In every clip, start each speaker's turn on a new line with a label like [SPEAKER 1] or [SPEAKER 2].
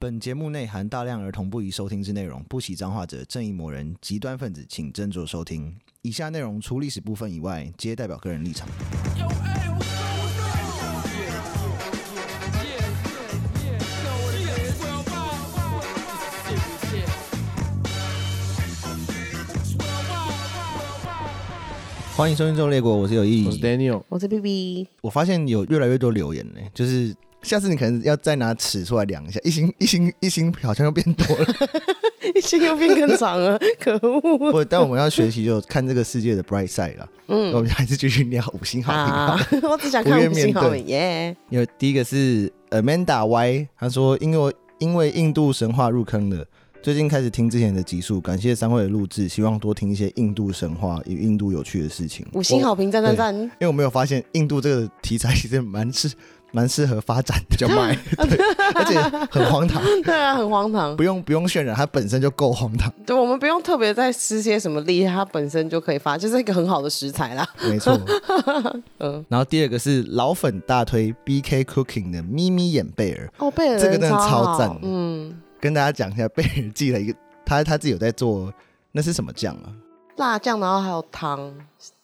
[SPEAKER 1] 本节目内含大量儿童不宜收听之内容，不喜脏话者、正义魔人、极端分子，请斟酌收听。以下内容除历史部分以外，皆代表个人立场。欢迎收听《周列国》，我是有意
[SPEAKER 2] 我是
[SPEAKER 1] 义。
[SPEAKER 2] Daniel，
[SPEAKER 3] 我是 B B，
[SPEAKER 1] 我发现有越来越多留言呢、就是下次你可能要再拿尺出来量一下，一星一星一星好像又变多了。
[SPEAKER 3] 心又变更长 了，可恶！
[SPEAKER 1] 不，但我们要学习就看这个世界的 bright side 啦。嗯，我们还是继续聊五星好评
[SPEAKER 3] 啊
[SPEAKER 1] 吧。，
[SPEAKER 3] 我只想看五星好
[SPEAKER 1] 不愿
[SPEAKER 3] 评耶。
[SPEAKER 1] 因为第一个是 Amanda Y，他说因为因为印度神话入坑了，最近开始听之前的集数，感谢三位的录制，希望多听一些印度神话与印度有趣的事情。
[SPEAKER 3] 五星好
[SPEAKER 1] 我，
[SPEAKER 3] 评赞赞赞！
[SPEAKER 1] 因为我没有发现印度这个题材其实蛮适蛮适合发展的，
[SPEAKER 2] 叫麦，
[SPEAKER 1] 而且很荒唐，
[SPEAKER 3] 对啊，很荒唐
[SPEAKER 1] 不。用不用渲染，它本身就够荒唐。
[SPEAKER 3] 对，我们不用特别再施些什么力，它本身就可以发，就是一个很好的食材啦。
[SPEAKER 1] 没错，
[SPEAKER 3] 嗯，
[SPEAKER 1] 然后第二个是老粉大推 B K Cooking 的咪咪眼贝尔，
[SPEAKER 3] 哦，贝尔
[SPEAKER 1] 这个真的超
[SPEAKER 3] 超
[SPEAKER 1] 赞
[SPEAKER 3] 好嗯，
[SPEAKER 1] 跟大家讲一下，贝尔寄了一个他他自己有在做，那是什么酱啊？
[SPEAKER 3] 辣酱，然后还有汤，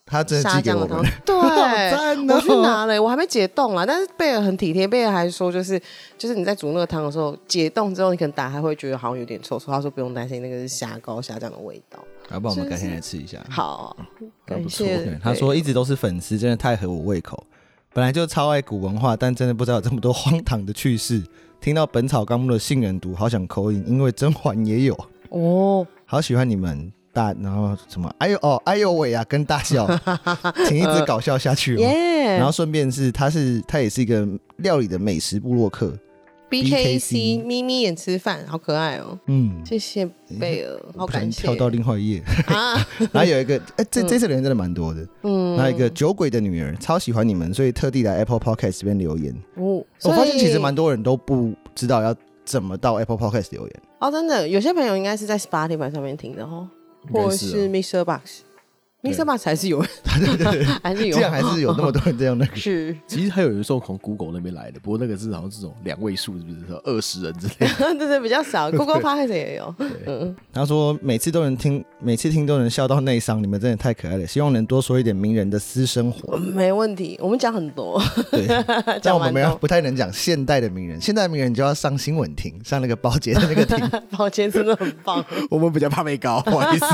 [SPEAKER 1] 他真的
[SPEAKER 3] 沙
[SPEAKER 1] 寄给
[SPEAKER 3] 酱
[SPEAKER 1] 我
[SPEAKER 3] 的汤
[SPEAKER 1] 们，。
[SPEAKER 3] 对，
[SPEAKER 1] 赞哦
[SPEAKER 3] 我去拿了，我还没解冻啊啦。但是贝尔很体贴，贝尔还说就是就是你在煮那个汤的时候，解冻之后你可能打开会觉得好像有点臭臭，他说不用担心，那个是虾膏虾酱的味道。
[SPEAKER 1] 要不然我们
[SPEAKER 3] 是
[SPEAKER 1] 改天来吃一下。
[SPEAKER 3] 好，
[SPEAKER 2] 还不
[SPEAKER 3] 感
[SPEAKER 2] 错
[SPEAKER 1] 对
[SPEAKER 3] 谢。
[SPEAKER 1] 他说一直都是粉丝，真的太合我胃口。本来就超爱古文化，但真的不知道有这么多荒唐的趣事。听到《本草纲目》的杏仁毒，好想口音，因为甄嬛也有。
[SPEAKER 3] 哦，
[SPEAKER 1] 好喜欢你们大，然后什么？哎呦哦，哎呦喂啊，跟大 笑，请一直搞笑下去哦。
[SPEAKER 3] 耶
[SPEAKER 1] 然后顺便是，他是他也是一个料理的美食部落客，BKC
[SPEAKER 3] ！BKC 咪咪眼吃饭，好可爱哦！
[SPEAKER 1] 嗯，
[SPEAKER 3] 谢谢贝尔，好
[SPEAKER 1] 不小
[SPEAKER 3] 感
[SPEAKER 1] 心
[SPEAKER 3] 谢。
[SPEAKER 1] 跳到另外一 页，
[SPEAKER 3] 啊，
[SPEAKER 1] 然后有一个，哎，这这次留言真的蛮多的，
[SPEAKER 3] 嗯
[SPEAKER 1] 然后一个酒鬼的女儿，超喜欢你们，所以特地来 Apple Podcast 这边留言。
[SPEAKER 3] 哦，
[SPEAKER 1] 我
[SPEAKER 3] 所以
[SPEAKER 1] 发现其实蛮多人都不知道要怎么到 Apple Podcast 留言，
[SPEAKER 3] 哦，真的，有些朋友应该是在 Spotify 上面听的哦，或者是 Mr. Box。
[SPEAKER 1] 啊对
[SPEAKER 3] Mr. Box 还是有人，还是 有。
[SPEAKER 1] 竟然还是有那么多人这样的
[SPEAKER 3] 是，
[SPEAKER 2] 其实还有人说从 Google 那边来的，不过那个是好像是这种两位数，是不是二十人之类的？
[SPEAKER 3] 对对，比较少。Google Podcast 也有，嗯，
[SPEAKER 1] 他说每次都能听，每次听都能笑到内伤，你们真的太可爱了。希望能多说一点名人的私生活。
[SPEAKER 3] 没问题。我们讲很多，
[SPEAKER 1] 对，但
[SPEAKER 3] 讲
[SPEAKER 1] 我们
[SPEAKER 3] 完
[SPEAKER 1] 没有
[SPEAKER 3] 了，
[SPEAKER 1] 不太能讲现代的名人，现代的名人就要上新闻厅，上那个包姐的那 个厅。
[SPEAKER 3] 抱歉，真的很棒。
[SPEAKER 2] 我们比较怕被告，不好意 思。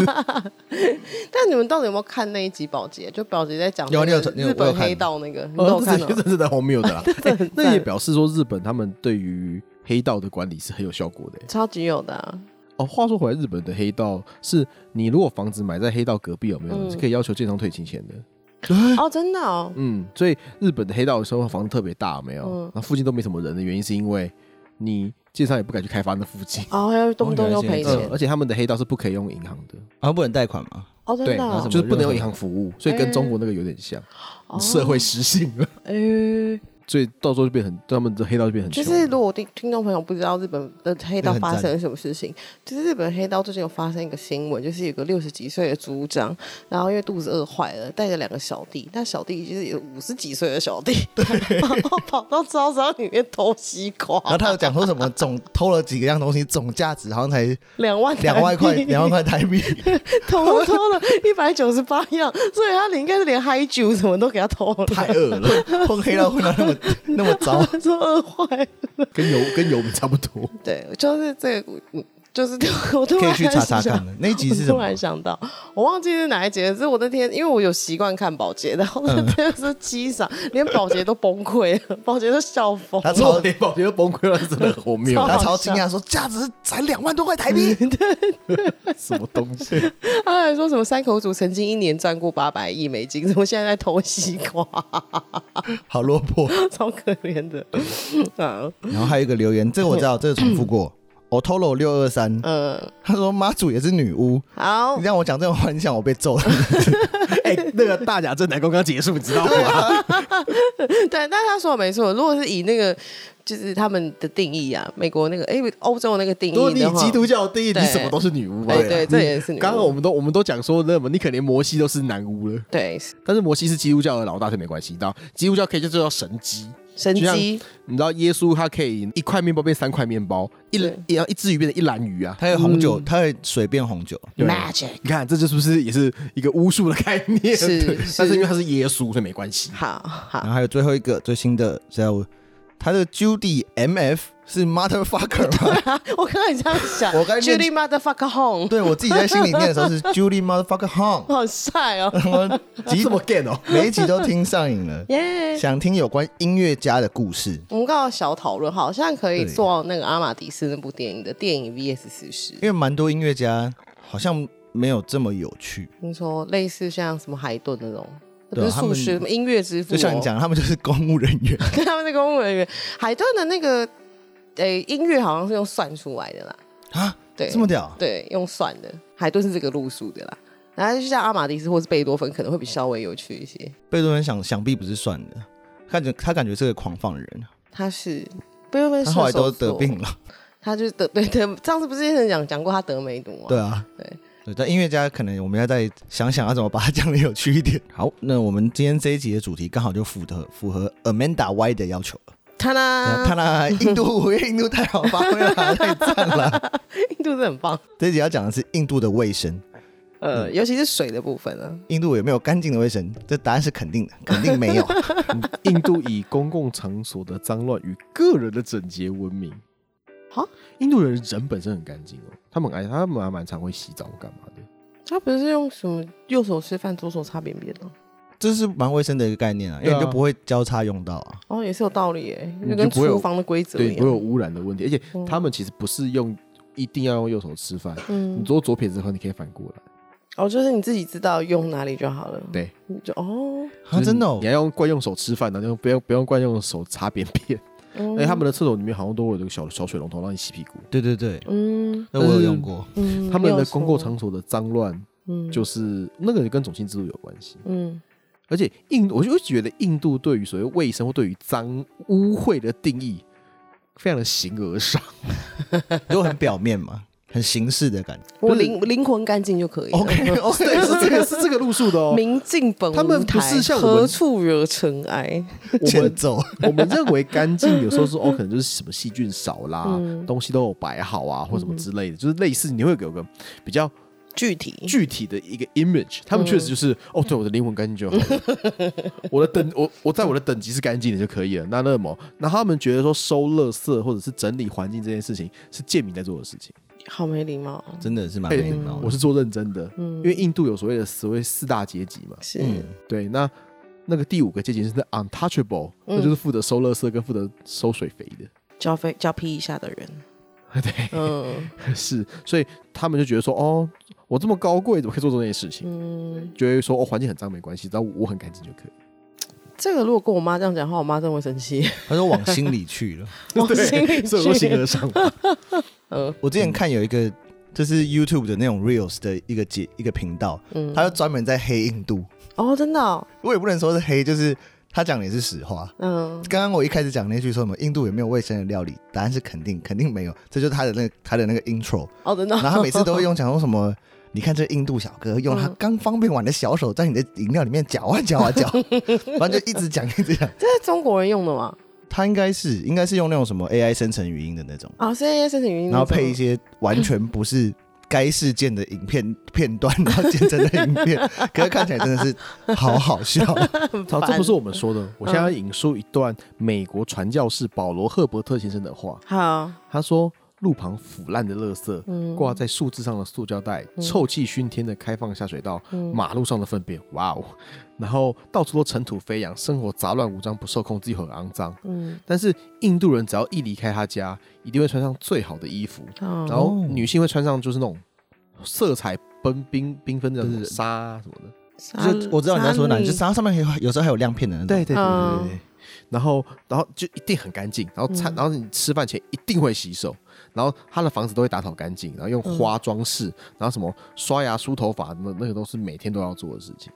[SPEAKER 3] 但你们到底有没有看那一集保洁？就保洁在讲
[SPEAKER 1] 有
[SPEAKER 3] 那个
[SPEAKER 1] 你有你有我
[SPEAKER 3] 日
[SPEAKER 1] 有
[SPEAKER 3] 本
[SPEAKER 1] 看
[SPEAKER 3] 黑道那个，你都有
[SPEAKER 2] 哦，这
[SPEAKER 3] 看
[SPEAKER 2] 是
[SPEAKER 3] 哦
[SPEAKER 2] 这是真的荒谬的 啦、哎那
[SPEAKER 3] 赞
[SPEAKER 2] 也表示说日本他们对于黑道的管理是很有效果的、哎
[SPEAKER 3] 超级有的啊、
[SPEAKER 2] 哦，话说回来，日本的黑道是你如果房子买在黑道隔壁，有没有、
[SPEAKER 3] 嗯
[SPEAKER 2] 是可以要求建商退清钱的？
[SPEAKER 3] 哦，真的哦，
[SPEAKER 2] 嗯，所以日本的黑道的时候房子特别大，有没有，
[SPEAKER 3] 嗯
[SPEAKER 2] 那、附近都没什么人的原因是因为你建商也不敢去开发那附近。
[SPEAKER 3] 哦，要动不动就赔
[SPEAKER 1] 原来是
[SPEAKER 3] 钱
[SPEAKER 2] 嗯，，而且他们的黑道是不可以用银行的，
[SPEAKER 1] 啊，不能贷款吗？
[SPEAKER 3] 哦，真的
[SPEAKER 1] 什
[SPEAKER 3] 哦
[SPEAKER 1] 么，
[SPEAKER 2] 就是不能用银行服务，所以跟中国那个有点像，
[SPEAKER 3] 哦
[SPEAKER 2] 社会失性了，
[SPEAKER 3] 哎、
[SPEAKER 2] 所以到时候就变很，他们的黑道就变很
[SPEAKER 3] 就
[SPEAKER 2] 穷。
[SPEAKER 3] 是如果听听众朋友不知道日本的黑道发生了什么事情，就是日本黑道最近有发生一个新闻，就是有个六十几岁的组长，然后因为肚子饿坏了，带着两个小弟，但小弟就是有五十几岁的小弟，然后跑到超商里面偷西瓜，
[SPEAKER 1] 然后他有讲说什么总偷了几个样东西，总价值好像 才
[SPEAKER 3] 两万
[SPEAKER 1] 两万块，
[SPEAKER 3] 台币
[SPEAKER 1] 两万块台 币。
[SPEAKER 3] 偷偷了一百九十八样，所以他应该是连嗨酒什么都给他偷了。
[SPEAKER 2] 太饿了，
[SPEAKER 1] 混黑道混到那么那么糟，
[SPEAKER 3] 他说饿坏，
[SPEAKER 2] 跟油跟油饼差不多。
[SPEAKER 3] 对，就是这个，嗯就是我突然
[SPEAKER 1] 可以去查查
[SPEAKER 3] 想
[SPEAKER 1] 看的。那一集是什
[SPEAKER 3] 突
[SPEAKER 1] 么？
[SPEAKER 3] 然想到，我忘记是哪一节，是我那天因为我有习惯看保洁，然后
[SPEAKER 1] 嗯
[SPEAKER 3] 那天是机长，连保洁都崩溃了， 保洁都笑疯。
[SPEAKER 1] 他
[SPEAKER 2] 然后
[SPEAKER 1] 超
[SPEAKER 2] 连保洁都崩溃了，真的很荒谬，啊
[SPEAKER 1] 他
[SPEAKER 3] 哦好
[SPEAKER 1] 超惊
[SPEAKER 3] 笑
[SPEAKER 1] 讶说价值才两万多块台 币，
[SPEAKER 2] 什么东西？
[SPEAKER 3] 他还说什么三口组曾经一年赚过八百亿美金，怎么现在在偷西瓜，
[SPEAKER 1] 好落魄。
[SPEAKER 3] 超可怜的。 嗯
[SPEAKER 1] 然后还有一个留言，这个我知道，这个重复过。Otolo 六二三，
[SPEAKER 3] 嗯，哦
[SPEAKER 1] 他说妈祖也是女巫。
[SPEAKER 3] 好
[SPEAKER 1] 你，让我讲这种话，你想我被揍了？
[SPEAKER 2] 哎，那个大甲镇南宫刚结束，你知道 吗？
[SPEAKER 3] 对，但他说的没错。如果是以那个就是他们的定义啊，美国那个哎，欧洲那个定
[SPEAKER 2] 如果
[SPEAKER 3] 义
[SPEAKER 2] 你
[SPEAKER 3] 的话，
[SPEAKER 2] 基督教定义，你
[SPEAKER 3] 对哎
[SPEAKER 2] 什么都是女巫啊。
[SPEAKER 3] 对对
[SPEAKER 2] 你
[SPEAKER 3] 这也是女巫
[SPEAKER 2] 刚刚我们都我们都讲说，那么你可能连摩西都是男巫了，
[SPEAKER 3] 对
[SPEAKER 2] 但是摩西是基督教的老大，所以没关系。到基督教可以就叫神机，
[SPEAKER 3] 神
[SPEAKER 2] 就像
[SPEAKER 3] 机，
[SPEAKER 2] 你知道耶稣他可以一块面包变三块面包，一
[SPEAKER 3] 对
[SPEAKER 2] 一一只鱼变成一篮鱼啊！
[SPEAKER 1] 它有红
[SPEAKER 3] 嗯
[SPEAKER 1] 酒，它会水变红酒，
[SPEAKER 2] 对
[SPEAKER 3] Magic
[SPEAKER 2] 你看这就是不是也是一个巫术的概念？
[SPEAKER 3] 是
[SPEAKER 2] 对
[SPEAKER 3] 是
[SPEAKER 2] 但是因为他是耶稣，所以没关 系。
[SPEAKER 3] 好
[SPEAKER 1] 然
[SPEAKER 3] 好，
[SPEAKER 1] 后还有最后一个最新的叫它的 Judy MF 是 motherfucker 吗？
[SPEAKER 3] 我刚刚也这样想
[SPEAKER 1] 我刚才念
[SPEAKER 3] ，Judy motherfucker home，
[SPEAKER 1] 对我自己在心里念的时候是 Judy motherfucker home，
[SPEAKER 3] 好帅哦，
[SPEAKER 1] 我
[SPEAKER 2] 这么 get 哦？
[SPEAKER 1] 每一集都听上瘾了。
[SPEAKER 3] 耶！
[SPEAKER 1] 想听有关音乐家的故事，
[SPEAKER 3] 我们刚刚小讨论，好像可以
[SPEAKER 1] 对
[SPEAKER 3] 做那个阿马迪斯那部电影的电影 VS 四十
[SPEAKER 1] 因。为蛮多音乐家好像没有这么有趣。
[SPEAKER 3] 听说类似像什么海顿那种，
[SPEAKER 1] 对啊
[SPEAKER 3] 不是数学
[SPEAKER 1] 他
[SPEAKER 3] 音乐之父、哦
[SPEAKER 1] 就像你，讲，他们就是公务人员，
[SPEAKER 3] 他们那个公务人员，海顿的那个诶、音乐好像是用算出来的啦，
[SPEAKER 1] 啊，
[SPEAKER 3] 对，
[SPEAKER 1] 这么屌，
[SPEAKER 3] 对，用算的，海顿是这个路数的啦。然后就像阿马迪斯或是贝多芬，可能会比稍微有趣一些。
[SPEAKER 1] 贝多芬想想必不是算的，感觉他感觉是个狂放的人，
[SPEAKER 3] 他是贝多芬，
[SPEAKER 1] 他后来都得病，了。
[SPEAKER 3] 他就是得 对得，上次不是之前讲讲过他得梅毒吗？
[SPEAKER 1] 对啊，
[SPEAKER 3] 对
[SPEAKER 1] 对，但音乐家可能我们要再想想要怎么把它讲的有趣一点。好，那我们今天这一集的主题刚好就符合符合 Amanda Y 的要求了。
[SPEAKER 3] 他呢，
[SPEAKER 2] 啊
[SPEAKER 1] 他那印度，我觉得印度太好发挥了，太赞了。
[SPEAKER 3] 印 度是很棒，
[SPEAKER 1] 这一集要讲的是印度的卫生，
[SPEAKER 3] 呃，
[SPEAKER 2] 嗯
[SPEAKER 3] 尤其是水的部分啊，
[SPEAKER 1] 印度有没有干净的卫生？这答案是肯定的，肯定没有。
[SPEAKER 2] 印度以公共场所的脏乱与个人的整洁闻名。
[SPEAKER 3] 哈，
[SPEAKER 2] 印度人人本身很干净哦，他们很爱，他们还蛮常会洗澡干嘛的。
[SPEAKER 3] 他不是用什么右手吃饭，左手擦便便吗？
[SPEAKER 1] 这是蛮卫生的一个概念啊，因为你
[SPEAKER 2] 对
[SPEAKER 1] 就
[SPEAKER 2] 啊
[SPEAKER 1] 不会交叉用到啊。
[SPEAKER 3] 哦，也是有道理耶，
[SPEAKER 2] 你
[SPEAKER 3] 就
[SPEAKER 2] 就
[SPEAKER 3] 跟
[SPEAKER 2] 不会有
[SPEAKER 3] 厨房的规则
[SPEAKER 2] 对，
[SPEAKER 3] 一
[SPEAKER 2] 不会有
[SPEAKER 3] 样。嗯哦
[SPEAKER 2] 污染的问题，而且他们其实不是用一定要用右手吃饭，你
[SPEAKER 3] 嗯，
[SPEAKER 2] 做左撇子的话，你可以反过来。
[SPEAKER 3] 哦，就是你自己知道用哪里就好了。
[SPEAKER 2] 对，
[SPEAKER 3] 你就哦，
[SPEAKER 1] 啊，真的、哦
[SPEAKER 2] 你，要用惯用手吃饭的，然后不要不用惯用手擦便便。
[SPEAKER 3] 嗯
[SPEAKER 2] 哎，他们的厕所里面好像都有这个小小水龙头让你洗屁股。
[SPEAKER 1] 对对对，
[SPEAKER 3] 嗯
[SPEAKER 1] 那我有用过。
[SPEAKER 3] 嗯，
[SPEAKER 2] 他们
[SPEAKER 3] 没
[SPEAKER 2] 的
[SPEAKER 3] 有错
[SPEAKER 2] 公共场所的脏乱，
[SPEAKER 3] 嗯
[SPEAKER 2] 就是那个跟种姓制度有关系。
[SPEAKER 3] 嗯
[SPEAKER 2] 而且印，我就觉得印度对于所谓卫生或对于脏污秽的定义，非常的形而上。
[SPEAKER 1] 都很表面 嘛，很形式的感觉。
[SPEAKER 3] 我灵灵魂干净就可
[SPEAKER 1] 哦
[SPEAKER 3] 以了。
[SPEAKER 2] OK，对，是这个是这个路数的哦。
[SPEAKER 3] 明镜本无
[SPEAKER 2] 他们不
[SPEAKER 3] 台
[SPEAKER 2] 是像我们
[SPEAKER 3] 何处惹尘埃？
[SPEAKER 2] 我
[SPEAKER 1] 欠
[SPEAKER 2] 们
[SPEAKER 1] 揍，
[SPEAKER 2] 我们认为干净，有时候是哦，可能就是什么细菌少啦，东西都有摆好啊，或什么之类的，就是类似你会有个比较
[SPEAKER 3] 具体
[SPEAKER 2] 具体的一个 image。他们确实
[SPEAKER 3] 嗯
[SPEAKER 2] 就是、哦，对我的灵魂干净就好了， 我的等我我在我的等级是干净的就可以了。那那么，那他们觉得说收垃圾或者是整理环境这件事情是贱民在做的事情。
[SPEAKER 3] 好没礼貌，
[SPEAKER 1] 真的是哦蛮没礼貌
[SPEAKER 2] 我
[SPEAKER 3] 嗯
[SPEAKER 1] 的。
[SPEAKER 2] 是做认真的，因为印度有所谓的所谓四大阶级嘛，
[SPEAKER 3] 是
[SPEAKER 1] 嗯
[SPEAKER 2] 对，那那个第五个阶级是那 untouchable，、那
[SPEAKER 3] 嗯
[SPEAKER 2] 就是负责收垃圾跟负责收水肥的，
[SPEAKER 3] 交费交批一下的人。
[SPEAKER 2] 对，
[SPEAKER 3] 嗯
[SPEAKER 2] 是，所以他们就觉得说，哦，我这么高贵，怎么可以做这件事情？
[SPEAKER 3] 嗯，
[SPEAKER 2] 觉得说，哦，环境很脏没关系，只要我很干净就可以。
[SPEAKER 3] 这个如果跟我妈这样讲话，我妈真的会生气，
[SPEAKER 1] 他说往心里去 了。
[SPEAKER 3] 往心里
[SPEAKER 2] 所以我形
[SPEAKER 3] 去。
[SPEAKER 2] 而上嘛，
[SPEAKER 3] 嗯
[SPEAKER 1] 我之前看有一个，就是 YouTube 的那种 Reels 的一个节一个频道，
[SPEAKER 3] 嗯，
[SPEAKER 1] 他就专门在黑印度。
[SPEAKER 3] 哦，真的哦，
[SPEAKER 1] 我也不能说是黑，就是他讲的也是实话。
[SPEAKER 3] 嗯，
[SPEAKER 1] 刚刚我一开始讲那句说什么印度有没有卫生的料理，答案是肯定，肯定没有。这就是他的那个他的那个 intro，
[SPEAKER 3] 哦，真的哦。
[SPEAKER 1] 然后他每次都会用讲说什么。 你看这印度小哥用他
[SPEAKER 3] 嗯
[SPEAKER 1] 刚方便碗的小手在你的饮料里面搅啊搅啊 搅，然后就一直讲一直讲，
[SPEAKER 3] 这是中国人用的吗？
[SPEAKER 1] 他应该是应该是用那种什么 AI 生成语音的那种，
[SPEAKER 3] 啊，现在申请语音，
[SPEAKER 1] 然后配一些完全不是该事件的影片 片段，然后剪成的影片，可是看起来真的是好好笑。
[SPEAKER 3] 很
[SPEAKER 2] 好，
[SPEAKER 3] 烦，
[SPEAKER 2] 这不是我们说的，我现在要引述一段美国传教士保罗·赫伯特先生的话，
[SPEAKER 3] 好，
[SPEAKER 2] 他说。路旁腐烂的垃圾，
[SPEAKER 3] 嗯
[SPEAKER 2] 挂在树枝上的塑胶袋，臭气熏天的开放下水道，马路上的粪便，哇哦！然后到处都尘土飞扬，生活杂乱无章，不受控制，又很肮脏。
[SPEAKER 3] 嗯，
[SPEAKER 2] 但是印度人只要一离开他家，一定会穿上最好的衣服，
[SPEAKER 3] 好，
[SPEAKER 2] 然后女性会穿上就是那种色彩奔缤缤纷的那种
[SPEAKER 1] 对对对
[SPEAKER 2] 纱啊什么的。
[SPEAKER 3] 沙
[SPEAKER 1] 就是我知道你在说哪，
[SPEAKER 3] 沙
[SPEAKER 1] 就
[SPEAKER 3] 粒
[SPEAKER 1] 是它上面还有有时候还有亮片的那种。
[SPEAKER 2] 对对对对对
[SPEAKER 3] 嗯
[SPEAKER 2] 对。然后，然后就一定很干净，然后餐，然后你吃饭前一定会洗手，然后他的房子都会打扫干净，然后用
[SPEAKER 3] 嗯
[SPEAKER 2] 花装饰，然后什么刷牙、梳头发，那那个都是每天都要做的事情。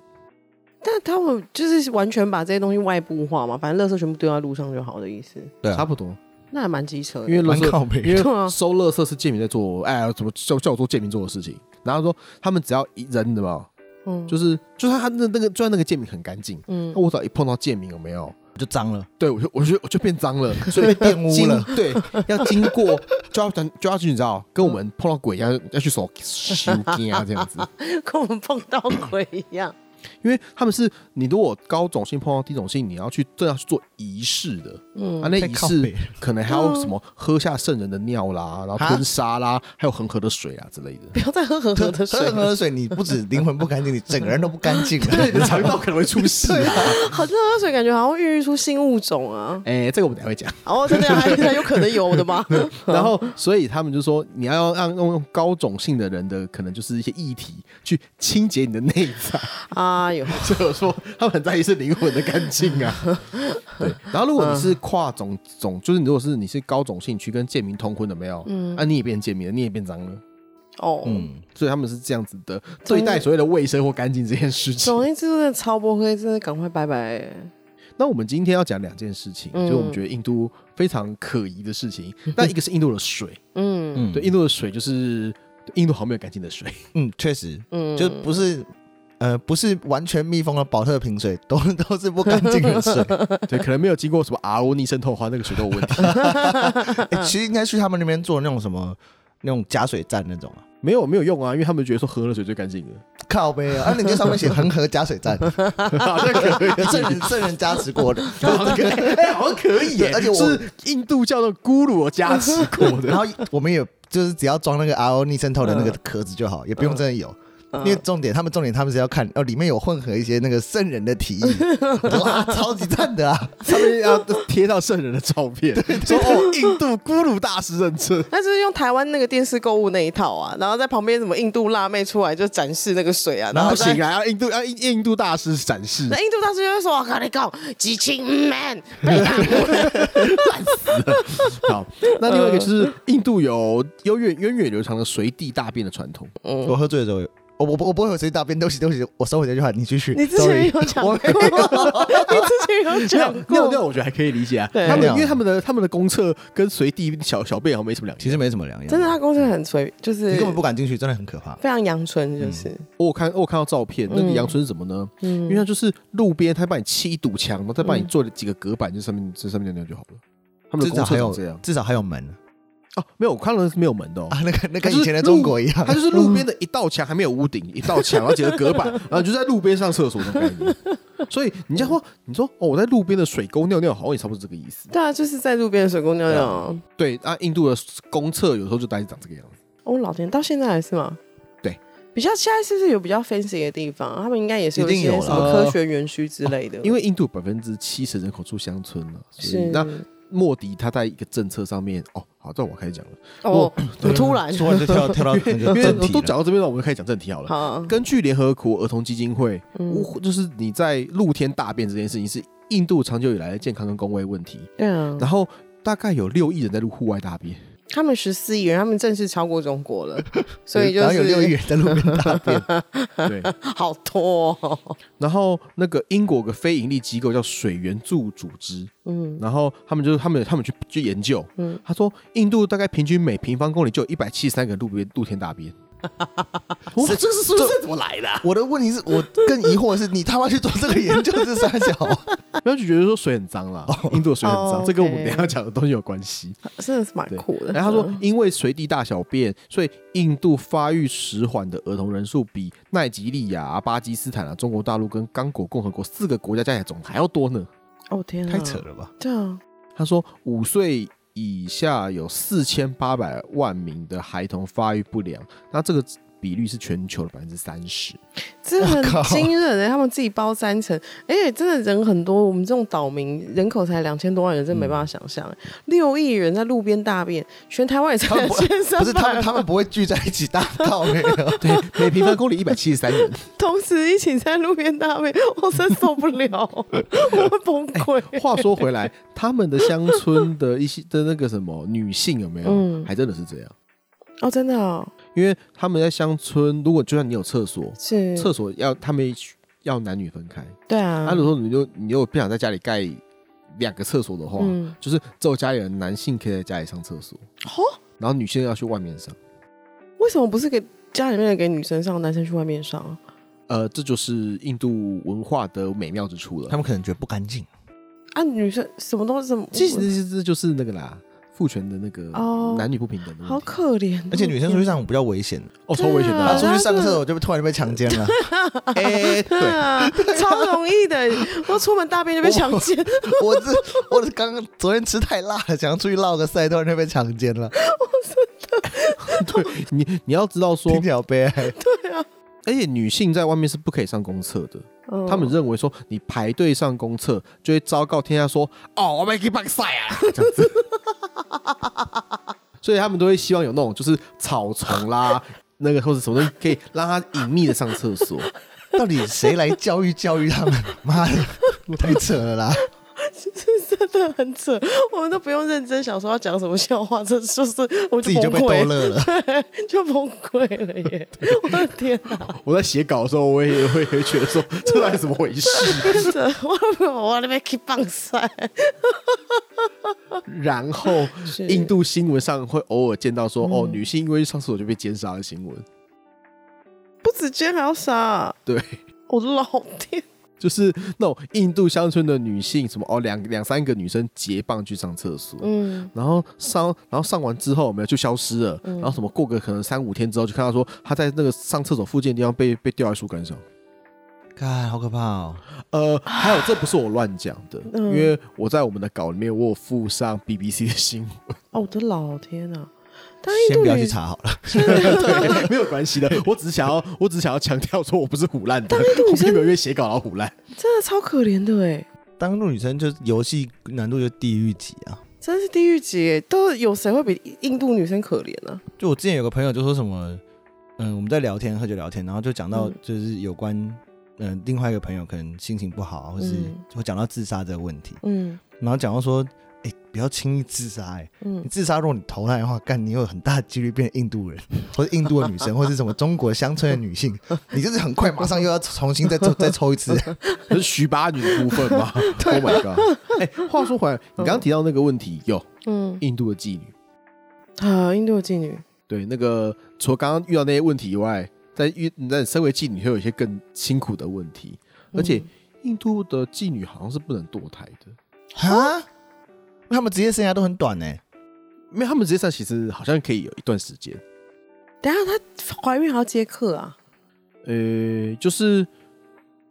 [SPEAKER 3] 但他们就是完全把这些东西外部化嘛，反正垃圾全部丢在路上就好的意思，
[SPEAKER 1] 对
[SPEAKER 2] 差
[SPEAKER 1] 啊，
[SPEAKER 2] 不多，
[SPEAKER 3] 那还蛮机车
[SPEAKER 2] 因为
[SPEAKER 3] 的。
[SPEAKER 2] 垃
[SPEAKER 1] 蛮
[SPEAKER 2] 圾
[SPEAKER 1] 靠北的
[SPEAKER 2] 因为
[SPEAKER 3] 对啊
[SPEAKER 2] 收垃圾是贱民在做，哎呀，怎么叫叫我做贱民做的事情？然后说他们只要一扔的嘛，
[SPEAKER 3] 嗯，
[SPEAKER 2] 就是就算他那那个就算那个贱民很干净，
[SPEAKER 3] 嗯
[SPEAKER 2] 那我只要一碰到贱民有没有，
[SPEAKER 1] 就脏了，
[SPEAKER 2] 对我就我就我就变脏了，所以
[SPEAKER 1] 被玷污 了
[SPEAKER 2] 经。对，要经过就要就要去，你知道，跟我们碰到鬼一样，要去手修根啊这样 子。
[SPEAKER 3] 跟我们碰到鬼一样。
[SPEAKER 2] 因为他们是你如果高种姓碰到低种姓，你要去这要去做仪式的，嗯，啊，那
[SPEAKER 1] 太
[SPEAKER 2] 仪
[SPEAKER 1] 靠
[SPEAKER 2] 式
[SPEAKER 1] 北
[SPEAKER 2] 可能还要什么喝下圣人的尿啦，然后
[SPEAKER 1] 嗯哈
[SPEAKER 2] 吞沙啦，还有恒河的水啊之类的。
[SPEAKER 3] 不要再喝恒河的水
[SPEAKER 1] 喝
[SPEAKER 3] 了，
[SPEAKER 1] 喝水，你不止灵魂不干净，你 整个人都不干净了。
[SPEAKER 2] 你的肠道可能会出事啊。
[SPEAKER 3] 好像喝水感觉好像孕育出新物种啊！
[SPEAKER 1] 嗯
[SPEAKER 2] 哎，这个我们等一下会讲。
[SPEAKER 3] 哦，真的还还有可能有我的 妈！
[SPEAKER 1] 嗯
[SPEAKER 2] 然后，所以他们就说，你要让用用高种姓的人的，可能就是一些议题去清洁你的内在。
[SPEAKER 3] 哎呦，
[SPEAKER 2] 所以我说，他们很在意是灵魂的干净啊。对。然后，如果你是跨种种，就是你如果是你是高种姓去跟贱民通婚的，没有，嗯，啊，你也变贱民了，你也变脏了。
[SPEAKER 3] 哦，
[SPEAKER 1] 嗯，
[SPEAKER 2] 所以他们是这样子的对待所谓的卫生或干净这件事情
[SPEAKER 3] 总。而言之，真的超不会，真的赶快拜欸拜！
[SPEAKER 2] 那我们今天要讲两件事情，
[SPEAKER 3] 嗯
[SPEAKER 2] 就是我们觉得印度非常可疑的事情。那一个是印度的水，
[SPEAKER 3] 嗯
[SPEAKER 1] 嗯
[SPEAKER 2] 对，印度的水就是印度好像没有干净的水。
[SPEAKER 1] 嗯，确实，
[SPEAKER 3] 嗯，
[SPEAKER 1] 就不是呃，不是完全密封的保特瓶水，都 都是不干净的水。
[SPEAKER 2] 对，可能没有经过什么 RO 逆渗透的话，那个水都有问题。
[SPEAKER 1] 欸其实应该去他们那边做那种什么那种加水站那种啊，
[SPEAKER 2] 没有没有用啊，因为他们觉得说喝了水最干净了，
[SPEAKER 1] 靠背啊，啊你就上面写恒河加水站，
[SPEAKER 2] 好像啊可以，
[SPEAKER 1] 圣人圣人加持过的。
[SPEAKER 2] 好像可以，哎好像可以耶
[SPEAKER 1] 对，而且我
[SPEAKER 2] 是印度教的咕噜加持过 的。
[SPEAKER 1] 然后我们也就是只要装那个 RO 逆渗透的那个壳子就好，也不用真的有。因为重点，他们重点他们是要看哦，里面有混合一些那个圣人的提议，哇，超级赞的啊！
[SPEAKER 2] 上面要贴到圣人的照片，说哦，印度咕噜大师认证。
[SPEAKER 3] 那就是用台湾那个电视购物那一套啊，然后在旁边什么印度辣妹出来就展示那个水啊，然
[SPEAKER 2] 不
[SPEAKER 3] 后在
[SPEAKER 2] 行啊，要印度要印印度大师展示
[SPEAKER 3] 那印度大师就会说：“我跟你讲，几千 man 被打
[SPEAKER 2] 好，那另外一个就是印度有悠远源远流长的随地大便的传统。
[SPEAKER 1] 我喝醉的时候有，我我不我不会随地大便，对不起对不起，我收回这句话，你继续。
[SPEAKER 3] 你之前
[SPEAKER 1] Sorry
[SPEAKER 3] 有讲 过，
[SPEAKER 1] 我
[SPEAKER 3] 你之 前有
[SPEAKER 2] 尿
[SPEAKER 3] 讲
[SPEAKER 2] 尿尿，
[SPEAKER 3] 过，
[SPEAKER 2] 我觉得还可以理解啊。
[SPEAKER 3] 对
[SPEAKER 2] 他们
[SPEAKER 1] 尿
[SPEAKER 2] 因为他们的他们的公厕跟随地小小便好像没什么两样。
[SPEAKER 1] 其实没什么两样，
[SPEAKER 3] 真的，啊他公司很随，就是
[SPEAKER 1] 你根本不敢进去，真的很可怕。
[SPEAKER 3] 非常阳春，就是嗯
[SPEAKER 2] 我有看我有看到照片，那个阳春是怎么呢？
[SPEAKER 1] 嗯
[SPEAKER 2] 因为它就是路边，他帮你砌一堵墙，然后再帮你做了几个隔板，就上面这上面尿尿就好了。他们
[SPEAKER 1] 至
[SPEAKER 2] 的
[SPEAKER 1] 少
[SPEAKER 2] 公厕
[SPEAKER 1] 还
[SPEAKER 2] 长
[SPEAKER 1] 有
[SPEAKER 2] 这样
[SPEAKER 1] 至少还有门
[SPEAKER 2] 哦，没有，我看到的是没有门的哦。
[SPEAKER 1] 啊，那个那
[SPEAKER 2] 它
[SPEAKER 1] 跟
[SPEAKER 2] 就是
[SPEAKER 1] 以前的中国一样
[SPEAKER 2] 路，它就是路边的一道墙，还没有屋顶，一道墙，然后几个隔板，然后你就在路边上厕所的概念。所以你这样说，你说哦，我在路边的水沟尿尿，好像也差不多这个意思。
[SPEAKER 3] 对啊，就是在路边的水沟尿尿啊。
[SPEAKER 2] 对，那、印度的公厕有时候就大概是长这个样子。
[SPEAKER 3] 哦，老天，到现在还是吗？
[SPEAKER 2] 对，
[SPEAKER 3] 比较现在是不是有比较 fancy 的地方？啊他们应该也是有
[SPEAKER 1] 一
[SPEAKER 3] 一
[SPEAKER 1] 定
[SPEAKER 3] 些
[SPEAKER 1] 有
[SPEAKER 3] 什
[SPEAKER 1] 啦
[SPEAKER 3] 么科学园区之类的。
[SPEAKER 2] 因为印度百分之七十人口住乡村了、所以
[SPEAKER 3] 是
[SPEAKER 2] 那莫迪他在一个政策上面，哦，好，这我开始讲了，
[SPEAKER 3] 哦，
[SPEAKER 1] 啊
[SPEAKER 3] 怎么突然？
[SPEAKER 1] 突然就跳跳到那
[SPEAKER 2] 因
[SPEAKER 1] 个
[SPEAKER 2] 为
[SPEAKER 1] 啊正题
[SPEAKER 2] 都
[SPEAKER 1] 了
[SPEAKER 2] 讲到这边了，我们就开始讲正题好了。
[SPEAKER 3] 好啊，
[SPEAKER 2] 根据联合国儿童基金会，
[SPEAKER 3] 嗯
[SPEAKER 2] 呜就是你在露天大便这件事情是印度长久以来的健康跟公卫问题。
[SPEAKER 3] 对啊，
[SPEAKER 2] 然后大概有六亿人在路户外大 便，
[SPEAKER 3] 他们十四亿人，他们正式超过中国了，所以就
[SPEAKER 1] 然后有六亿
[SPEAKER 3] 是
[SPEAKER 1] 人在路边大便，
[SPEAKER 2] 对。
[SPEAKER 3] 好多哦。
[SPEAKER 2] 然后那个英国有个非盈利机构叫水援助组织，
[SPEAKER 3] 嗯，
[SPEAKER 2] 然后他们就是他们他们去去研究，他说印度大概平均每平方公里就有一百七十三个路边露天大 便。我这是数字怎么来的啊、
[SPEAKER 1] 我的问题是我更疑惑的是，你他妈去做这个研究是三小？
[SPEAKER 2] 然后就觉得说水很脏啦，印度的水很脏，
[SPEAKER 3] 哦
[SPEAKER 2] 这跟我们
[SPEAKER 3] OK
[SPEAKER 2] 等一下讲的东西有关系。
[SPEAKER 3] 真的是蛮
[SPEAKER 2] 对
[SPEAKER 3] 酷的。
[SPEAKER 2] 然后他说，因为随地大小便，所以印度发育迟缓的儿童人数比奈及利亚、啊、巴基斯坦啊、中国大陆跟刚果共和国四个国家加起来总还要多呢。
[SPEAKER 3] 哦天啊，
[SPEAKER 1] 太扯了吧！
[SPEAKER 3] 对啊，
[SPEAKER 2] 他说，五岁以下有四千八百万名的孩童发育不良，那这个比率是全球的百分之三十。
[SPEAKER 3] 真的
[SPEAKER 1] 我靠
[SPEAKER 3] 很惊人哎、他们自己包三层，而且真的人很多，我们这种岛民人口才两千多万人，真没办法想象、欸，六亿人在路边大便，全台湾也才
[SPEAKER 1] 他们
[SPEAKER 3] 两
[SPEAKER 1] 不
[SPEAKER 3] 千 三
[SPEAKER 1] 不是他
[SPEAKER 3] 百
[SPEAKER 1] 们，他们不会聚 在一起大到没 有？
[SPEAKER 2] 对，每平方公里一百七十三人。
[SPEAKER 3] 同时一起在路边大便，我真受不了，我会崩溃。
[SPEAKER 2] 话说回来，他们的乡村的一些的那个什么女性有没有，
[SPEAKER 3] 嗯
[SPEAKER 2] 还真的是这样。
[SPEAKER 3] 哦，真的、哦、
[SPEAKER 2] 因为他们在乡村，如果就算你有厕所，
[SPEAKER 3] 是，
[SPEAKER 2] 厕所要他们要男女分开。
[SPEAKER 3] 对
[SPEAKER 2] 那、
[SPEAKER 3] 啊，
[SPEAKER 2] 如果你就你又不想在家里盖两个厕所的话，
[SPEAKER 3] 嗯
[SPEAKER 2] 就是只有家里的男性可以在家里上厕所，
[SPEAKER 3] 哦，
[SPEAKER 2] 然后女性要去外面上。
[SPEAKER 3] 为什么不是给家里面的给女生上，男生去外面上啊？
[SPEAKER 2] 呃，这就是印度文化的美妙之处了。
[SPEAKER 1] 们可能觉得不干净，
[SPEAKER 3] 啊，女生什么都是什么，
[SPEAKER 2] 其实这就是那个啦，父权的那个
[SPEAKER 3] 哦
[SPEAKER 2] 男女不平等的问
[SPEAKER 3] 好
[SPEAKER 2] 题，
[SPEAKER 3] 可怜哦。
[SPEAKER 1] 而且女生出去上比较危险，
[SPEAKER 2] 哦，超危险的
[SPEAKER 1] 她
[SPEAKER 2] 啊。
[SPEAKER 3] 对
[SPEAKER 1] 出去上个厕所就被突然就被强奸了。哎，
[SPEAKER 3] 对
[SPEAKER 1] 对，
[SPEAKER 3] 啊，超容易的，我出门大便就被强奸，
[SPEAKER 1] 我这我刚刚昨天吃太辣了，想要出去落个赛，突然就被强奸了，
[SPEAKER 2] 对你你要知道说
[SPEAKER 1] 听，起来好悲哀。
[SPEAKER 2] 而且女性在外面是不可以上公厕的。
[SPEAKER 3] 嗯
[SPEAKER 2] 他们认为说你排队上公厕就会昭告天下说哦，我们可以办赛 啊，这样子。所以他们都会希望有那种就是草丛啦， 那个或者什么东西可以让他隐秘的上厕 所。
[SPEAKER 1] 到底谁来教育教育他们？妈的，太扯了啦！
[SPEAKER 3] 真的很扯，我们都不用认真想说要讲什么笑话，这就是 我
[SPEAKER 1] 自己
[SPEAKER 3] 就
[SPEAKER 1] 就被
[SPEAKER 3] 崩
[SPEAKER 1] 逗
[SPEAKER 3] 溃了，
[SPEAKER 1] 乐了。
[SPEAKER 3] 对，就崩溃了耶！我的天啊，
[SPEAKER 2] 我在写稿的时候，我也会会觉得 说这到底怎么回事？
[SPEAKER 3] 真的，我都没有我那边 keep 棒塞，
[SPEAKER 2] 然后
[SPEAKER 3] 是嗯
[SPEAKER 2] 印度新闻上会偶尔见到说哦，女性因为上厕所就被奸杀的新闻。
[SPEAKER 3] 不止肩还要杀，
[SPEAKER 2] 对，
[SPEAKER 3] 我的老天，
[SPEAKER 2] 就是那种印度乡村的女性，什么哦两两三个女生结伴去上厕所，
[SPEAKER 3] 嗯，
[SPEAKER 2] 然后上，然后上完之后没有就消失了，然后什么过个可能三五天之后，就看到说他在那个上厕所附近的地方被被吊在树干上。
[SPEAKER 1] 看，好可怕哦！
[SPEAKER 2] 呃，还有这不是我乱讲的，
[SPEAKER 3] 嗯
[SPEAKER 2] 因为我在我们的稿里面我有附上 BBC 的新闻，
[SPEAKER 3] 哦，我的老天啊！但印
[SPEAKER 1] 先
[SPEAKER 3] 度
[SPEAKER 1] 不要
[SPEAKER 3] 也
[SPEAKER 1] 去，查好了。
[SPEAKER 2] 对，没有关系的，我只是想要，我只是想要强调说我不是胡乱的，我并没有因为写稿然后胡乱。
[SPEAKER 3] 真的超可怜的哎，
[SPEAKER 1] 当路女生就是游戏难度就地狱级啊！
[SPEAKER 3] 真是地狱级耶！都有谁会比印度女生可怜啊呢、
[SPEAKER 1] 就我之前有个朋友就说什么，嗯，我们在聊天喝酒聊天，然后就讲到
[SPEAKER 3] 嗯
[SPEAKER 1] 就是有关嗯、呃另外一个朋友可能心情不好啊，或是
[SPEAKER 3] 嗯
[SPEAKER 1] 会讲到自杀这个问题，
[SPEAKER 3] 嗯
[SPEAKER 1] 然后讲到说，哎、不要轻易自杀、 哎，
[SPEAKER 3] 嗯
[SPEAKER 1] 你，自杀如果你投胎的话，干你有很大的几率变印度人， 或者印度的女 生，或是什么中国乡村的女 性，你就是很快马上又要重新再抽再抽一 次，
[SPEAKER 2] 可是徐八女的部分吗？Oh my god！哎、话说回来，你刚刚提到那个问题，有
[SPEAKER 3] 嗯，
[SPEAKER 2] 印度的妓女。
[SPEAKER 3] 啊，印度的妓女，
[SPEAKER 2] 对，那个除了刚刚遇到那些问题以外，在遇你在身为妓女会有一些更辛苦的问题，而且
[SPEAKER 3] 嗯
[SPEAKER 2] 印度的妓女好像是不能堕胎的，
[SPEAKER 1] 啊，他们职业生涯都很短哎呢、
[SPEAKER 2] 因为他们职业上其实好像可以有一段时间，
[SPEAKER 3] 等一下她怀孕还要接客啊？
[SPEAKER 2] 呃，就是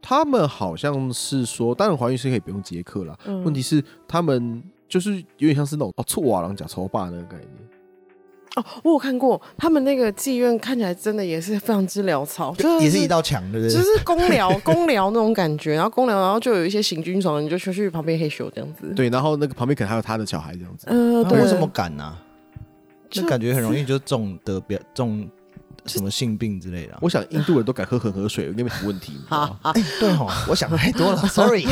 [SPEAKER 2] 他们好像是说，当然怀孕是可以不用接客啦，
[SPEAKER 3] 嗯，
[SPEAKER 2] 问题是他们就是有点像是那种哦，臭瓦郎假臭爸那个概念。
[SPEAKER 3] 哦，我有看过他们那个妓院，看起来真的也是非常之潦草，
[SPEAKER 1] 啊就也是一
[SPEAKER 3] 道，
[SPEAKER 1] 道墙，对不
[SPEAKER 3] 就
[SPEAKER 1] 对？
[SPEAKER 3] 是公 寮公寮那种感觉，然后公寮，然后就有一些行军床，你就去去旁边嘿咻这样子。，
[SPEAKER 2] 对，然后那个旁边可能还有他的小孩这样子。
[SPEAKER 3] 呃，
[SPEAKER 1] 他
[SPEAKER 3] 对，
[SPEAKER 1] 为什么敢呢、啊？就
[SPEAKER 3] 就
[SPEAKER 1] 感觉很容易就中得表中什么性病之类的啊、
[SPEAKER 2] 我想印度人都敢喝恒河水，有那边有问题吗？
[SPEAKER 1] 哎、对 吼，我想太多了，sorry。
[SPEAKER 3] 印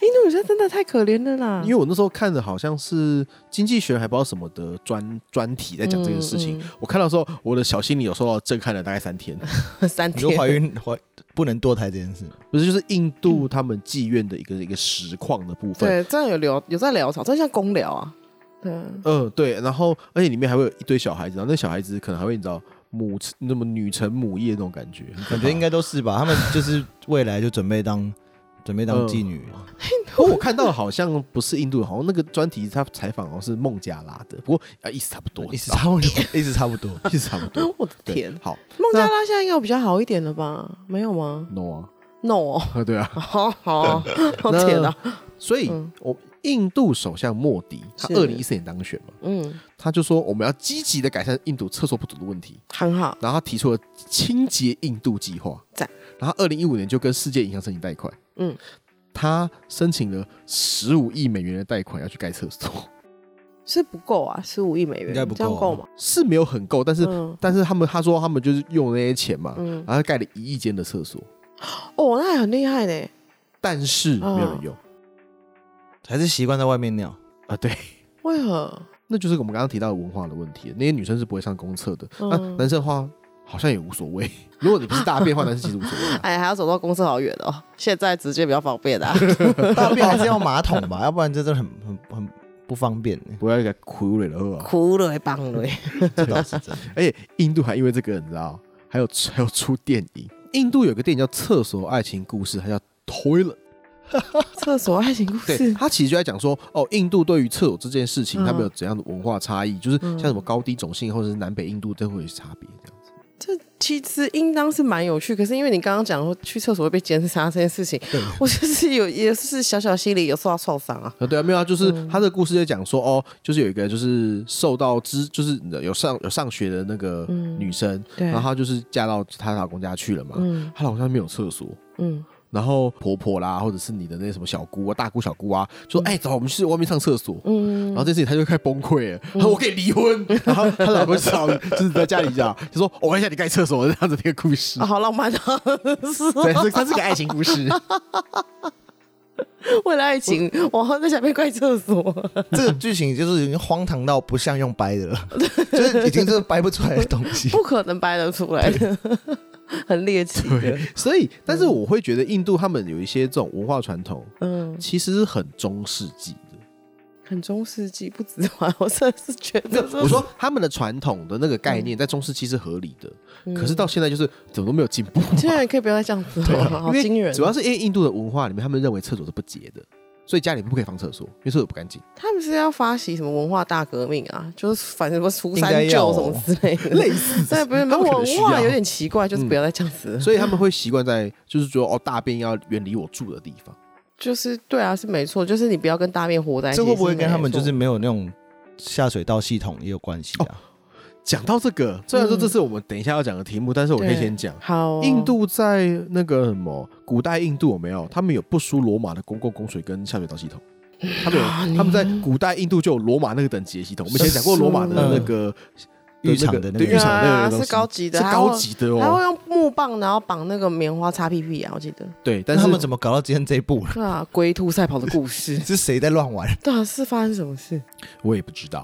[SPEAKER 3] 哎度女生真的太可怜了啦？
[SPEAKER 2] 因为我那时候看的好像是《经济学人》还不知道什么的专专题在讲这个事情，
[SPEAKER 3] 嗯嗯
[SPEAKER 2] 我看到的时候，我的小心里有受到震撼了大概三天。
[SPEAKER 3] 嗯三
[SPEAKER 1] 你说
[SPEAKER 3] 天
[SPEAKER 1] 怀孕怀不能堕胎这件事，
[SPEAKER 2] 不是，就是印度他们妓院的一个一个实况的部分。
[SPEAKER 3] 对，这样有聊有在潦草，真的像公聊啊。对，
[SPEAKER 2] 嗯，对，然后而且里面还会有一堆小孩子，然后那小孩子可能还会你知道母那么女承母业那种感觉，很可
[SPEAKER 1] 感
[SPEAKER 2] 怕
[SPEAKER 1] 觉应。该都是 吧？他们就是未来就准备当准备当妓女，
[SPEAKER 2] 不
[SPEAKER 3] 哦
[SPEAKER 1] 哦
[SPEAKER 2] 过我看到的好像不是印度人，好像那个专题他采访好像是孟加拉的，不过啊意思差不多，
[SPEAKER 1] 一直差不多， 一直差不多。
[SPEAKER 2] 意思差不 多。
[SPEAKER 3] 我的
[SPEAKER 2] 对
[SPEAKER 3] 天，
[SPEAKER 2] 好
[SPEAKER 3] 孟加拉现在应该有比较好一点了吧？没有吗
[SPEAKER 2] ，no 啊，
[SPEAKER 3] ？No，哦
[SPEAKER 2] 啊对啊，
[SPEAKER 3] 好好，好天啊！
[SPEAKER 2] 所以，
[SPEAKER 3] 嗯
[SPEAKER 2] 我印度首相莫迪，他
[SPEAKER 3] 是
[SPEAKER 2] 二零一四年当选嘛，
[SPEAKER 3] 嗯，
[SPEAKER 2] 他就说我们要积极的改善印度厕所不足的问题，
[SPEAKER 3] 很好，
[SPEAKER 2] 然后他提出了清洁印度计划，
[SPEAKER 3] 赞。
[SPEAKER 2] 然后二零一五年就跟世界银行申请贷款，
[SPEAKER 3] 嗯，
[SPEAKER 2] 他申请了十五亿美元的贷款要去盖厕所，
[SPEAKER 3] 是不够啊，十五亿美元，
[SPEAKER 1] 应该不
[SPEAKER 3] 这样
[SPEAKER 1] 够
[SPEAKER 3] 够
[SPEAKER 1] 啊
[SPEAKER 3] 吗？
[SPEAKER 2] 是没有很够，但是、
[SPEAKER 3] 嗯
[SPEAKER 2] 但是他们他说他们就是用那些钱嘛，
[SPEAKER 3] 嗯，
[SPEAKER 2] 然后盖了一亿间的厕所，
[SPEAKER 3] 哦，那还很厉害呢。
[SPEAKER 2] 但是没
[SPEAKER 3] 哦
[SPEAKER 2] 有人用、
[SPEAKER 1] 还是习惯在外面尿。
[SPEAKER 2] 啊，对。
[SPEAKER 3] 为何？
[SPEAKER 2] 那就是我们刚刚提到的文化的问题，那些女生是不会上公厕的，那、
[SPEAKER 3] 嗯
[SPEAKER 2] 男生的话好像也无所谓。如果你不是大便的 话，男生其实无所谓啊、
[SPEAKER 3] 哎，还要走到公司好远哦。现在直接比较方便啊。
[SPEAKER 1] 大便还是要马桶吧，要不然这真的很很很不方便呢、
[SPEAKER 2] 不要给哭了了啊！
[SPEAKER 3] 哭了，棒了。
[SPEAKER 1] 这倒是真 的。
[SPEAKER 2] 而且印度还因为这个，你知道，还有还有出电影。印度有个电影叫《厕所爱情故事》，还叫《Toilet》，
[SPEAKER 3] 厕所爱情故
[SPEAKER 2] 对
[SPEAKER 3] 事，
[SPEAKER 2] 他其实就在讲说，哦，印度对于厕所这件事情，他
[SPEAKER 3] 嗯
[SPEAKER 2] 们有怎样的文化差异，就是像什么高低种姓或者是南北印度都会有差别这样子。
[SPEAKER 3] 这其实应当是蛮有趣。可是因为你刚刚讲说去厕所会被奸杀这件事情，我就是有也是小小心里有受到创伤啊。
[SPEAKER 2] 啊，对啊，没有啊，就是他的故事在讲说，哦，就是有一个就是受到知，就是你的有上有上学的那个女生，
[SPEAKER 3] 嗯对
[SPEAKER 2] 然后她就是嫁到她老公家去了嘛，
[SPEAKER 3] 嗯
[SPEAKER 2] 她老公家没有厕所，
[SPEAKER 3] 嗯，
[SPEAKER 2] 然后婆婆啦，或者是你的那什么小姑啊、大姑、小姑啊，就说：“
[SPEAKER 3] 嗯
[SPEAKER 2] 哎、走，我们去外面上厕所。”嗯，然后这件事情她就快崩溃
[SPEAKER 3] 嗯
[SPEAKER 2] 了，她说：“我可以离婚。” 然后她老公吵，就是在家里讲，就说：“哦我看一下你盖厕所。”这样子的一个故事
[SPEAKER 3] 啊，，好浪漫啊！
[SPEAKER 2] 对，是它是个爱情故 事。
[SPEAKER 3] 为了爱情，我好像在下面怪厕所。
[SPEAKER 1] 这个剧情就是已经荒唐到不像用掰的了， 就是已经就是掰不出来的东西。
[SPEAKER 3] 不可能掰得出来的， 很猎奇的。
[SPEAKER 2] 所以，但是我会觉得印度他们有一些这种文化传统，
[SPEAKER 3] 嗯，
[SPEAKER 2] 其实是很中世纪的。
[SPEAKER 3] 很中世纪，不止吧？我真的是觉
[SPEAKER 2] 没有
[SPEAKER 3] 得，，
[SPEAKER 2] 我说他们的传统的那个概
[SPEAKER 3] 嗯
[SPEAKER 2] 念在中世纪是合理的，可是到现在就是怎么都没有进步 嘛。
[SPEAKER 3] 现在可以不要再嗯这样子了，好
[SPEAKER 2] 因为
[SPEAKER 3] 惊人
[SPEAKER 2] 主。要是因为印度的文化里面，他们认为厕所是不洁的，所以家里不可以放厕所，因为厕所不干净。
[SPEAKER 3] 他们是要发起什么文化大革命啊？就是反正什么除
[SPEAKER 1] 应该
[SPEAKER 3] 三
[SPEAKER 1] 要
[SPEAKER 3] 旧
[SPEAKER 1] 哦
[SPEAKER 3] 什么之类的，类似。对，不是
[SPEAKER 2] 他们可能
[SPEAKER 3] 文
[SPEAKER 2] 需
[SPEAKER 3] 化
[SPEAKER 2] 要
[SPEAKER 3] 有点奇怪，就是不要再这样子了。
[SPEAKER 2] 所以他们会习惯在就是说哦，大便要远离我住的地方。
[SPEAKER 3] 就是对啊，是没错，就是你不要跟大便活在一起。
[SPEAKER 1] 这会不会
[SPEAKER 3] 是
[SPEAKER 1] 跟他们
[SPEAKER 3] 没错
[SPEAKER 1] 就是没有那种下水道系统也有关系啊？
[SPEAKER 2] 讲到这个，虽然说这是我们等一下要讲的题目，但是我可以
[SPEAKER 3] 嗯对
[SPEAKER 2] 先讲。
[SPEAKER 3] 好哦
[SPEAKER 2] 印度在那个什么古代印度有没有？他们有不输罗马的公共供水跟下水道系统。他们
[SPEAKER 3] 啊
[SPEAKER 2] 有，他们在古代印度就有罗马那个等级的系统。我们以前讲过罗马的那个
[SPEAKER 1] 浴场的那
[SPEAKER 2] 对
[SPEAKER 1] 个
[SPEAKER 2] 浴场那个
[SPEAKER 3] 对啊
[SPEAKER 2] 东西
[SPEAKER 3] 是高级的
[SPEAKER 2] 是
[SPEAKER 3] 还
[SPEAKER 2] 高
[SPEAKER 3] 会
[SPEAKER 2] 级的
[SPEAKER 3] 还会
[SPEAKER 2] 哦。
[SPEAKER 3] 用木棒，然后绑那个棉花擦屁屁啊，我记 得。
[SPEAKER 2] 对，但
[SPEAKER 1] 但
[SPEAKER 2] 是
[SPEAKER 1] 他们怎么搞到今天这一步 了？。
[SPEAKER 3] 对啊，龟兔赛跑的故事
[SPEAKER 1] 是谁在乱玩？
[SPEAKER 3] 对啊，是发生什么事？
[SPEAKER 2] 我也不知道。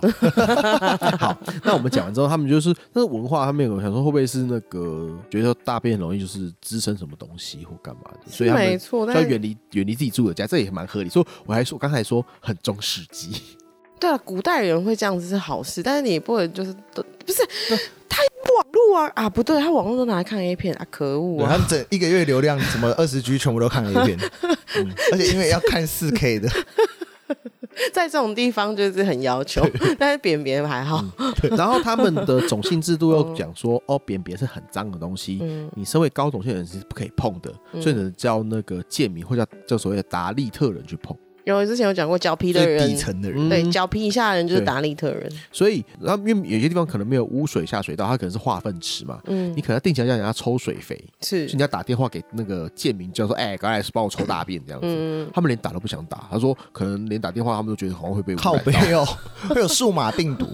[SPEAKER 2] 好，那我们讲完之后，他们就是那文化，他们有想说会不会是那个觉得大便很容易就是滋生什么东西或干嘛的，所以他
[SPEAKER 3] 没
[SPEAKER 2] 们
[SPEAKER 3] 错，
[SPEAKER 2] 就
[SPEAKER 3] 但
[SPEAKER 2] 要
[SPEAKER 3] 是
[SPEAKER 2] 远离远离自己住的家，这也蛮合理。所以我还说，我刚才说很中世纪，
[SPEAKER 3] 对啊，古代人会这样子是好事，但是你也不能就是都不是他有网络啊啊，不对，他网络都拿来看 A 片啊，可恶
[SPEAKER 1] 对
[SPEAKER 3] 啊！
[SPEAKER 1] 他们整一个月流量什么二十 G 全部都看 A 片，嗯而且因为要看四 K 的，
[SPEAKER 3] 在这种地方就是很要求， 但是扁扁还好，
[SPEAKER 2] 然后他们的种姓制度又讲说， 哦，扁扁是很脏的东西，
[SPEAKER 3] 嗯
[SPEAKER 2] 你身为高种姓的人是不可以碰的，所以只能叫那个贱民或叫叫所谓的达利特人去碰。
[SPEAKER 3] 有之前有讲过脚皮的
[SPEAKER 1] 最
[SPEAKER 3] 人
[SPEAKER 1] 底，层的人。
[SPEAKER 2] 嗯
[SPEAKER 3] 对脚皮以下的人就是
[SPEAKER 2] 对
[SPEAKER 3] 达利特人，
[SPEAKER 2] 所以，然后因为有些地方可能没有污水下水道，它可能是化粪池嘛，
[SPEAKER 3] 嗯
[SPEAKER 2] 你，可能要定期要让人家抽水肥，
[SPEAKER 3] 是
[SPEAKER 2] 所以你要打电话给那个贱民，叫说，哎、赶快来帮我抽大便这样子。
[SPEAKER 3] 嗯
[SPEAKER 2] 他们连打都不想打，他说可能连打电话他们都觉得好像会被污染
[SPEAKER 1] 靠
[SPEAKER 2] 到
[SPEAKER 1] 背，哦，会有数码病 毒。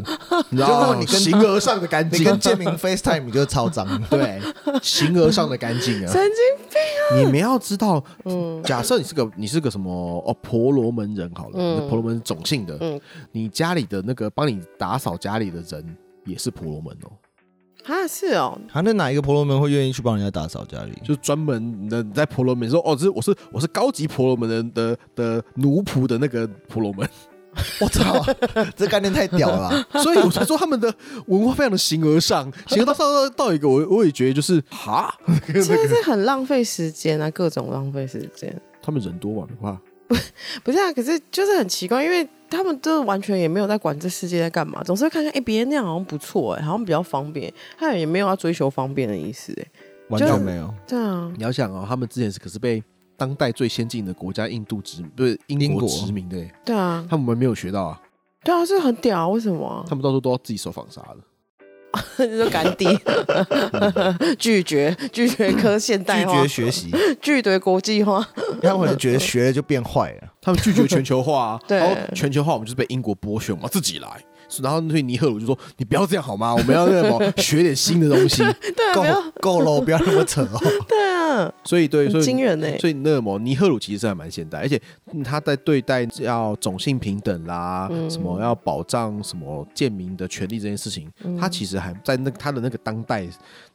[SPEAKER 2] 你知道
[SPEAKER 1] 就是你
[SPEAKER 2] 吗？
[SPEAKER 1] 跟
[SPEAKER 2] 形而上的干
[SPEAKER 1] 你
[SPEAKER 2] 净，
[SPEAKER 1] 跟建明 FaceTime 你就超脏。
[SPEAKER 2] 对，形而上的干净啊。
[SPEAKER 3] 神经
[SPEAKER 2] 你们要知道，
[SPEAKER 3] 嗯
[SPEAKER 2] 假设你是个你是个什么哦婆罗门人好了，你是婆罗门种姓的，
[SPEAKER 3] 嗯
[SPEAKER 2] 你家里的那个帮你打扫家里的人也是婆罗门哦，
[SPEAKER 3] 啊是哦，
[SPEAKER 1] 他那哪一个婆罗门会愿意去帮人家打扫家里？
[SPEAKER 2] 就是专门的你在婆罗门说哦，这是我是我是高级婆罗门人的的的奴仆的那个婆罗门，
[SPEAKER 1] 我操，这概念太屌了 吧！
[SPEAKER 2] 所以我才说他们的文化非常的形而上，形而到上到一个我我也觉得就是哈，那个
[SPEAKER 3] 真的是很浪费时间啊，各种浪费时间。
[SPEAKER 2] 他们人多嘛，没办法。
[SPEAKER 3] 不是啊，可是就是很奇怪，因为他们都完全也没有在管这世界在干嘛，总是会看看哎，诶别、人那样好像不错哎、好像比较方便，他们也没有要追求方便的意思哎、
[SPEAKER 1] 完全没有，
[SPEAKER 3] 对啊，
[SPEAKER 2] 你要想哦，他们之前是可是被当代最先进的国家印度殖，不是英
[SPEAKER 1] 英
[SPEAKER 2] 国
[SPEAKER 1] 国
[SPEAKER 2] 殖民的耶，
[SPEAKER 3] 对啊，
[SPEAKER 2] 他们没有学到啊，
[SPEAKER 3] 对啊，这很屌啊，为什么啊？
[SPEAKER 2] 他们到时候都要自己手纺纱了。
[SPEAKER 3] 你说甘地拒绝拒绝科现代
[SPEAKER 1] 拒
[SPEAKER 3] 化
[SPEAKER 1] 绝，学习，
[SPEAKER 3] 拒绝国际化，
[SPEAKER 1] 他们可能觉得学了就变坏 了。
[SPEAKER 2] 他们拒绝全球化、啊，
[SPEAKER 3] 对
[SPEAKER 2] 然后全球化我们就是被英国剥削嘛，自己来。是然后所以尼赫鲁就说：“你不要这样好吗？我们要那什 么学点新的东西。
[SPEAKER 3] 对啊，
[SPEAKER 1] 够
[SPEAKER 3] 不要
[SPEAKER 1] 够了，不要那么扯 哦。
[SPEAKER 3] 对啊，”
[SPEAKER 2] 所以对，所
[SPEAKER 3] 很
[SPEAKER 2] 以
[SPEAKER 3] 惊人哎、
[SPEAKER 2] 所以那什么尼赫鲁其实是还蛮现代，而且嗯他在对待要种姓平等啦，
[SPEAKER 3] 嗯
[SPEAKER 2] 什么要保障什么贱民的权利这件事情，
[SPEAKER 3] 嗯
[SPEAKER 2] 他其实还在那他的那个当代，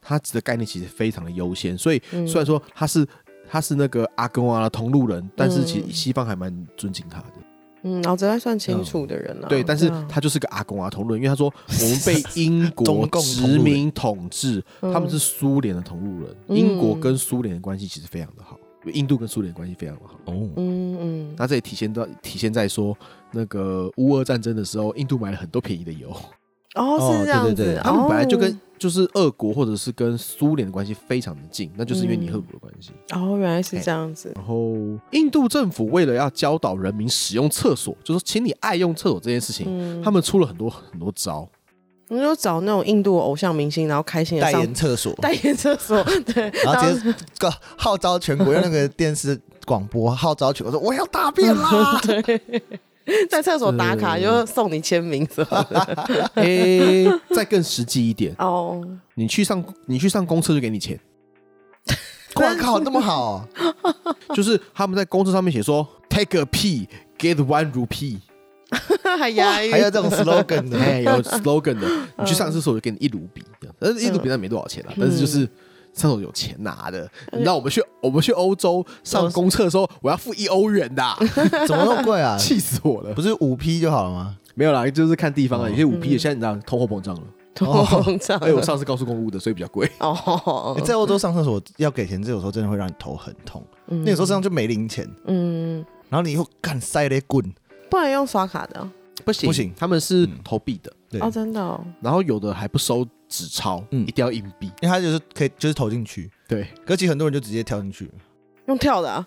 [SPEAKER 2] 他的概念其实非常的优先。所以
[SPEAKER 3] 嗯
[SPEAKER 2] 虽然说他是他是那个阿公啊同路人，但是其实西方还蛮尊敬他的。
[SPEAKER 3] 嗯，老子还算清楚的人了、啊
[SPEAKER 2] 嗯对，但是
[SPEAKER 3] 啊
[SPEAKER 2] 他就是个阿公啊同路人，因为他说 我们被英国
[SPEAKER 1] 中共同路
[SPEAKER 2] 殖
[SPEAKER 1] 人
[SPEAKER 3] 嗯
[SPEAKER 2] 民统治，他们是苏联的同路人，英国跟苏联的关系其实非常的好。印度跟苏联关系非常好。
[SPEAKER 1] 哦，
[SPEAKER 3] 嗯嗯，
[SPEAKER 2] 那这也体现到体现在说，那个乌俄战争的时候，印度买了很多便宜的油，
[SPEAKER 3] 哦，是这样
[SPEAKER 1] 对对
[SPEAKER 3] 子
[SPEAKER 1] 对，
[SPEAKER 2] 他们本来就跟
[SPEAKER 3] 哦
[SPEAKER 2] 就是俄国或者是跟苏联的关系非常的近，那就是因为尼赫鲁的关系。
[SPEAKER 1] 嗯
[SPEAKER 3] 哦，原来
[SPEAKER 2] 哎
[SPEAKER 3] 是这样子，
[SPEAKER 2] 然后，印度政府为了要教导人民使用厕所，就说请你爱用厕所这件事情，
[SPEAKER 3] 嗯，
[SPEAKER 2] 他们出了很多很多招。
[SPEAKER 3] 我们就找那种印度偶像明星，然后开心的
[SPEAKER 1] 代
[SPEAKER 3] 上
[SPEAKER 1] 言厕 所，
[SPEAKER 3] 代言厕所， 对，
[SPEAKER 1] 然后直接告号召全国用那个电视广播号召全国说我要大便啦，
[SPEAKER 3] 在厕所打
[SPEAKER 2] 嗯
[SPEAKER 3] 卡，就送你签名什么的。
[SPEAKER 2] 诶、哎再更实际一点，
[SPEAKER 3] 哦，
[SPEAKER 2] 你去上你去上公厕就给你钱，
[SPEAKER 1] 哇靠，那么好，
[SPEAKER 2] 就是他们在公厕上面写说 take a pee get one rupee，
[SPEAKER 3] 还押韵，
[SPEAKER 1] 还有这种 slogan 的，
[SPEAKER 2] 哎，有 slogan 的，你去上厕所就给你一卢比，这样，但呃是一卢比那没多少钱啦，但是就是。厕所有钱拿的，你知道我们去我们去欧洲上公厕的时候，我要付一欧元的啊，
[SPEAKER 1] 怎么那么贵啊？
[SPEAKER 2] 气死我了！
[SPEAKER 1] 不是五 P 就好了吗？
[SPEAKER 2] 没有啦，就是看地方啊，有些五 P 的现在你知道通货膨胀了，
[SPEAKER 3] 通胀。
[SPEAKER 2] 哎，我上哎次高速公路的，所以比较贵。
[SPEAKER 1] 欸
[SPEAKER 3] 哦，
[SPEAKER 1] 在欧洲上厕所要给钱，这有时候真的会让你头很痛。那有时候身上就没零钱，
[SPEAKER 3] 嗯，
[SPEAKER 1] 然后你又干塞嘞棍，
[SPEAKER 3] 不能用刷卡的哦，
[SPEAKER 2] 不行嗯
[SPEAKER 1] 不行
[SPEAKER 2] 他们是投币的，
[SPEAKER 1] 对，
[SPEAKER 3] 哦
[SPEAKER 1] 因
[SPEAKER 3] 真的哦，
[SPEAKER 2] 然后有的还不收纸钞，
[SPEAKER 1] 嗯
[SPEAKER 2] 一定要硬币。
[SPEAKER 1] 为他就是可以就是投进去，
[SPEAKER 2] 对，
[SPEAKER 1] 可其实很多人就直接跳进去，
[SPEAKER 3] 用跳的啊，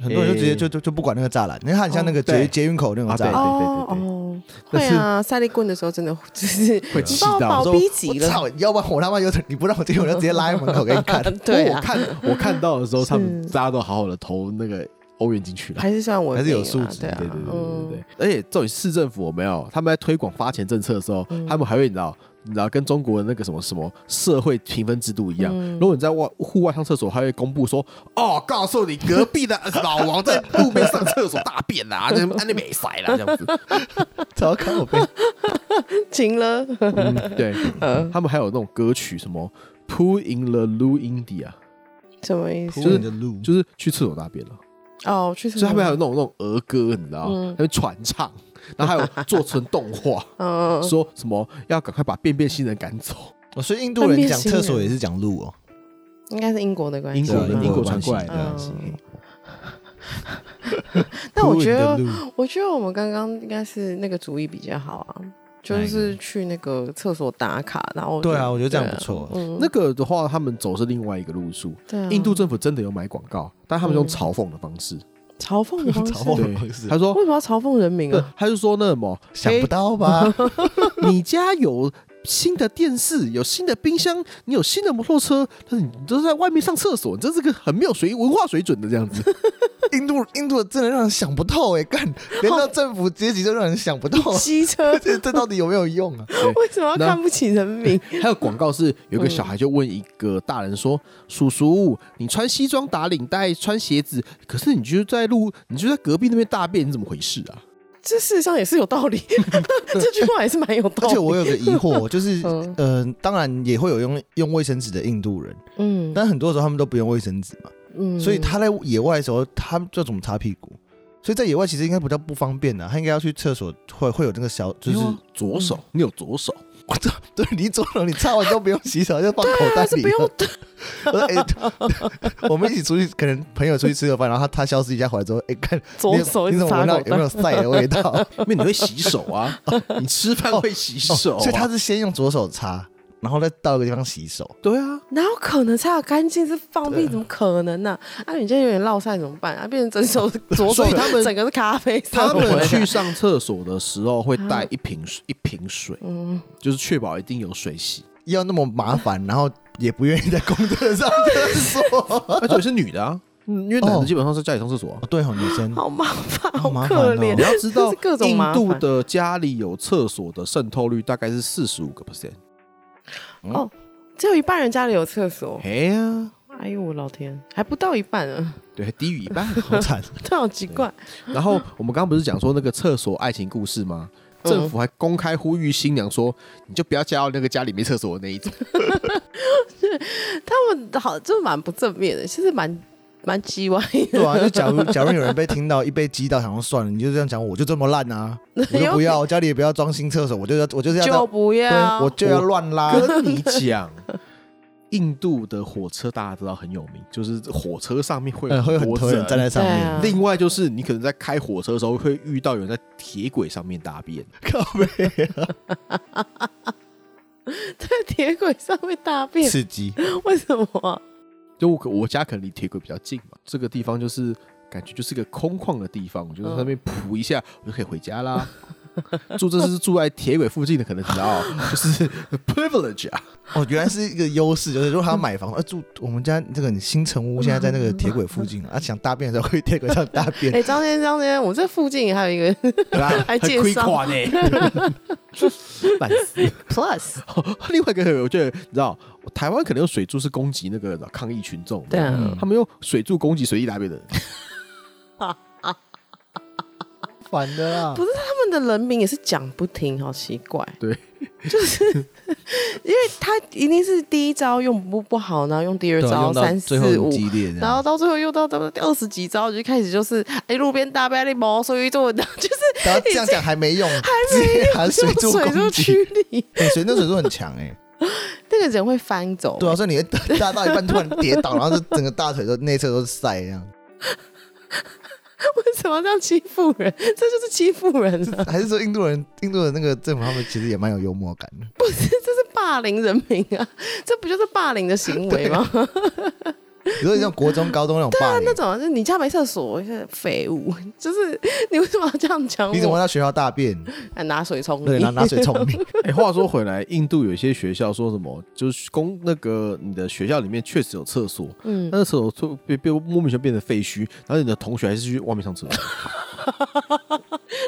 [SPEAKER 1] 很多人就直接
[SPEAKER 2] 欸
[SPEAKER 1] 就就就不管那个栅栏，因为它很像那个
[SPEAKER 2] 对
[SPEAKER 1] 捷捷运口那种
[SPEAKER 2] 啊
[SPEAKER 1] 栅
[SPEAKER 2] 对
[SPEAKER 1] 栏。
[SPEAKER 3] 哦
[SPEAKER 2] 对对对
[SPEAKER 3] 哦，
[SPEAKER 2] 但
[SPEAKER 3] 会
[SPEAKER 2] 是
[SPEAKER 3] 啊，赛利棍的时候真的就是
[SPEAKER 2] 会
[SPEAKER 3] 你
[SPEAKER 2] 气
[SPEAKER 3] 把我
[SPEAKER 2] 到。
[SPEAKER 3] 保
[SPEAKER 1] 说
[SPEAKER 3] 逼急
[SPEAKER 1] 我
[SPEAKER 3] 了，
[SPEAKER 1] 操！要不然我他妈有点你不让我进去，我就直接拉在门口给你 看。
[SPEAKER 3] 对
[SPEAKER 2] 我
[SPEAKER 3] 啊，
[SPEAKER 2] 看我看到的时候，他们
[SPEAKER 3] 是
[SPEAKER 2] 大家都好好的投那个欧元进去了。
[SPEAKER 3] 还是算我
[SPEAKER 1] 还是有素质
[SPEAKER 3] 对啊，
[SPEAKER 2] 对对对对对
[SPEAKER 3] 嗯
[SPEAKER 2] 对，而且这种市政府有没有，他们在推广发钱政策的时候，他们还会你知道，你知道跟中国的那个什么什么社会评分制度一样，
[SPEAKER 3] 嗯
[SPEAKER 2] 如果你在外户外上厕所，还会公布说，哦，告诉 你隔壁的老王在路边上厕所大便啦，那那没塞啦，这样 子，
[SPEAKER 1] 糟糕，我被
[SPEAKER 3] 停了，
[SPEAKER 2] 嗯对，他们还有那种歌曲什么 Poo in the Loo India，
[SPEAKER 3] 什么意思？
[SPEAKER 1] 就是你的路，
[SPEAKER 2] 就是去厕所大便了。
[SPEAKER 3] 哦，去
[SPEAKER 2] 所以他们还
[SPEAKER 3] 有
[SPEAKER 2] 有那种那种儿歌，你知道吗
[SPEAKER 3] 嗯？
[SPEAKER 2] 还有传唱，然后还有做成动画，
[SPEAKER 3] 嗯，
[SPEAKER 2] 说什么要赶快把便便星人赶走，
[SPEAKER 1] 哦所以印度人讲厕所也是讲路哦，
[SPEAKER 3] 应该是英国的关系，
[SPEAKER 2] 英国
[SPEAKER 1] 对
[SPEAKER 2] 的
[SPEAKER 1] 啊
[SPEAKER 2] 英国
[SPEAKER 1] 有
[SPEAKER 2] 传
[SPEAKER 1] 关系
[SPEAKER 2] 过来的
[SPEAKER 1] 有关系
[SPEAKER 3] 嗯。但嗯我觉得
[SPEAKER 1] Poo in the loo
[SPEAKER 3] 我觉得我们刚刚应该是那个主意比较好啊，就
[SPEAKER 1] 哪一
[SPEAKER 3] 是去那个厕所打卡，然后
[SPEAKER 1] 对啊，我觉得这样
[SPEAKER 3] 对啊
[SPEAKER 1] 不错。
[SPEAKER 3] 嗯，
[SPEAKER 2] 那个的话，他们走是另外一个路数。
[SPEAKER 3] 对啊
[SPEAKER 2] 印度政府真的有买广告，但他们用
[SPEAKER 3] 嗯
[SPEAKER 2] 嘲讽的方式，
[SPEAKER 3] 嘲讽的方 式，
[SPEAKER 1] 嘲讽的方式
[SPEAKER 2] 他说
[SPEAKER 3] 为什么要嘲讽人民
[SPEAKER 2] 不是
[SPEAKER 3] 啊？，
[SPEAKER 2] 他就说那什么，
[SPEAKER 1] 嗯想不到 吧？
[SPEAKER 2] 嘿你家有新的电视，有新的冰箱，你有新的摩托车，但是你都是在外面上厕所，你这是个很没有水文化水准的这样子。
[SPEAKER 1] 印度印度真的让人想不透哎， 干连到政府阶级都让人想不透，
[SPEAKER 3] 机车
[SPEAKER 1] 这这到底有没有用啊？
[SPEAKER 2] 对
[SPEAKER 3] 为什么要
[SPEAKER 2] 那
[SPEAKER 3] 看不起人民？
[SPEAKER 2] 还有广告是有一个小孩就问一个大人说：“叔叔，你穿西装打领带穿鞋子，可是你就在路，你就在隔壁那边大便，你怎么回事啊
[SPEAKER 3] 这事实上也是有道理， 这句话也是蛮有道
[SPEAKER 1] 而
[SPEAKER 3] 理。
[SPEAKER 1] 且我有个疑 惑，就是
[SPEAKER 3] 嗯
[SPEAKER 1] 呃，当然也会有用用卫生纸的印度人，
[SPEAKER 3] 嗯
[SPEAKER 1] 但很多时候他们都不用卫生纸嘛，
[SPEAKER 3] 嗯
[SPEAKER 1] 所以他在野外的时候，他们就怎么擦屁股？所以在野外其实应该比较不方便啊的、他应该要去厕所会会有那个小，？”就是
[SPEAKER 2] 左手，你有左手，
[SPEAKER 1] 我操，对你左手你擦完都不用洗手，就放口袋
[SPEAKER 3] 啊是
[SPEAKER 1] 里
[SPEAKER 3] 不用
[SPEAKER 1] 了。 我说哎，我们一起出去，可能朋友出去吃个饭，然后他他消失一下回来之后， 哎，看
[SPEAKER 3] 左手
[SPEAKER 1] 你
[SPEAKER 3] 一直
[SPEAKER 1] 怎么
[SPEAKER 3] 擦
[SPEAKER 1] 闻到
[SPEAKER 3] 口
[SPEAKER 1] 有没
[SPEAKER 3] 袋
[SPEAKER 1] 有，塞的味 道？
[SPEAKER 2] 因为你会洗手 啊，你吃饭会洗手啊、
[SPEAKER 1] 所以他是先用左手擦，然后再到一个地方洗手。
[SPEAKER 2] 对啊，
[SPEAKER 3] 哪有可能擦得干净是放屁？怎么可能呢？啊，你这有点落晒怎么办？啊，变成 整手左手
[SPEAKER 2] 所以他们
[SPEAKER 3] 整个是咖啡色。
[SPEAKER 2] 他们去上厕所的时候会带一瓶水一瓶水，
[SPEAKER 3] 嗯，
[SPEAKER 2] 就是确保一定有水洗。
[SPEAKER 1] 要那么麻烦，然后也不愿意在公厕上厕 所。
[SPEAKER 2] 而且我是女的啊，嗯因为男
[SPEAKER 1] 哦
[SPEAKER 2] 的基本上在家里上厕所啊
[SPEAKER 1] 哦，。对哦，女生
[SPEAKER 3] 好麻烦，
[SPEAKER 1] 好麻烦哦
[SPEAKER 3] 可怜
[SPEAKER 2] 你。要知道
[SPEAKER 3] 这 是各，种
[SPEAKER 2] 印
[SPEAKER 3] 麻
[SPEAKER 2] 度
[SPEAKER 3] 烦
[SPEAKER 2] 的家里有厕所的渗透率大概是四十五个 percent。
[SPEAKER 3] 只有一半人家里有厕所。
[SPEAKER 2] 哎呀，
[SPEAKER 3] 哎呦，我老天，还不到一半啊，
[SPEAKER 2] 对，还低于一半。
[SPEAKER 1] 好惨，
[SPEAKER 3] 这好奇怪。
[SPEAKER 2] 然后我们刚刚不是讲说那个厕所爱情故事吗？
[SPEAKER 3] 嗯
[SPEAKER 2] 政府还公开呼吁新娘说，你就不要嫁到那个家里没厕所的那一 种。
[SPEAKER 3] 他们好，就蛮不正面的，其实蛮蛮叽歪的。
[SPEAKER 1] 对啊，就假如假如有人被听到一被击到，想说算了，你就这样讲，我就这么烂啊，我 就
[SPEAKER 3] 哎
[SPEAKER 1] 不要，我家里也不要装新厕所，我就要我就是要
[SPEAKER 3] 就不
[SPEAKER 1] 啊对，
[SPEAKER 3] 要，
[SPEAKER 1] 我就要乱拉。
[SPEAKER 2] 跟你讲，印度的火车大家知道很有名，就是火车上面会
[SPEAKER 1] 呃，会有很多人站在上
[SPEAKER 3] 对
[SPEAKER 1] 面，
[SPEAKER 3] 啊
[SPEAKER 2] 另外就是，你可能在开火车的时候会遇到有人在铁轨上面大便，
[SPEAKER 1] 靠背
[SPEAKER 3] 在 铁轨上面大便，
[SPEAKER 1] 刺激，
[SPEAKER 3] 为什么啊？
[SPEAKER 2] 就我可我家可能离铁轨比较近嘛，这个地方就是感觉就是个空旷的地方，我就在那边扑一下，我就可以回家啦。住这是住在铁轨附近的，可能知道就是 privilege 啊，
[SPEAKER 1] 哦，原来是一个优势，就是如果他要买房，呃，住我们家这个新城屋，现在在那个铁轨附近啊，啊想大便的时候会铁轨上大便
[SPEAKER 3] 哎、，张先生，张先生，我这附近还有一个
[SPEAKER 1] 啊
[SPEAKER 2] 对吧？
[SPEAKER 3] 还介
[SPEAKER 2] 亏
[SPEAKER 3] 绍
[SPEAKER 2] 垮呢，烂死。
[SPEAKER 3] plus，
[SPEAKER 2] 另外一个，我觉得你知道，台湾可能用水柱是攻击那个抗议群众，
[SPEAKER 3] 对啊，
[SPEAKER 1] 嗯
[SPEAKER 2] 他们用水柱攻击随意大便的人，
[SPEAKER 1] 烦的啦
[SPEAKER 3] 不。是他们的人民也是讲不听，好奇怪。
[SPEAKER 2] 对，
[SPEAKER 3] 因为他一定是第一招用不不好，然后用第二
[SPEAKER 1] 对啊
[SPEAKER 3] 招
[SPEAKER 1] 用到
[SPEAKER 3] 三
[SPEAKER 1] 最后
[SPEAKER 3] 四
[SPEAKER 1] 很
[SPEAKER 3] 五。
[SPEAKER 1] 激烈这
[SPEAKER 3] 然后
[SPEAKER 1] 样，
[SPEAKER 3] 到最后用到到二十几招，就开始就是哎，路边大便你毛，所以做的 就是
[SPEAKER 1] 然后啊这样讲还没用，还
[SPEAKER 3] 没
[SPEAKER 1] 含水柱
[SPEAKER 3] 水
[SPEAKER 1] 攻
[SPEAKER 3] 就
[SPEAKER 1] 击，
[SPEAKER 3] 驱离，
[SPEAKER 1] 哎，水那水柱很强哎，
[SPEAKER 3] 那个人会翻走。
[SPEAKER 1] 对啊，所以你会大大到一半突然跌倒，然后就整个大腿都内侧都是晒这样，
[SPEAKER 3] 为什么要这样欺负 人？这就是欺负人啊！
[SPEAKER 1] 还是说印度人印度的那个政府他们其实也蛮有幽默感的，
[SPEAKER 3] 不是， 这是霸凌人民啊！这不就是霸凌的行为吗？啊
[SPEAKER 1] 比如说像国中、高中那种 霸凌
[SPEAKER 3] 那，种就是你家没厕所，就是废物，就是你为什么要这样讲我？
[SPEAKER 1] 你怎么会在学校大便？
[SPEAKER 3] 还拿水 冲
[SPEAKER 1] 对，
[SPEAKER 3] 你
[SPEAKER 1] 拿？拿 水冲你，
[SPEAKER 2] 哎、话说回来，印度有一些学校说什么，就是公那个你的学校里面确实有厕所，嗯， 那个厕所突被被莫名其妙变成废墟，然后你的同学还是去外面上厕所，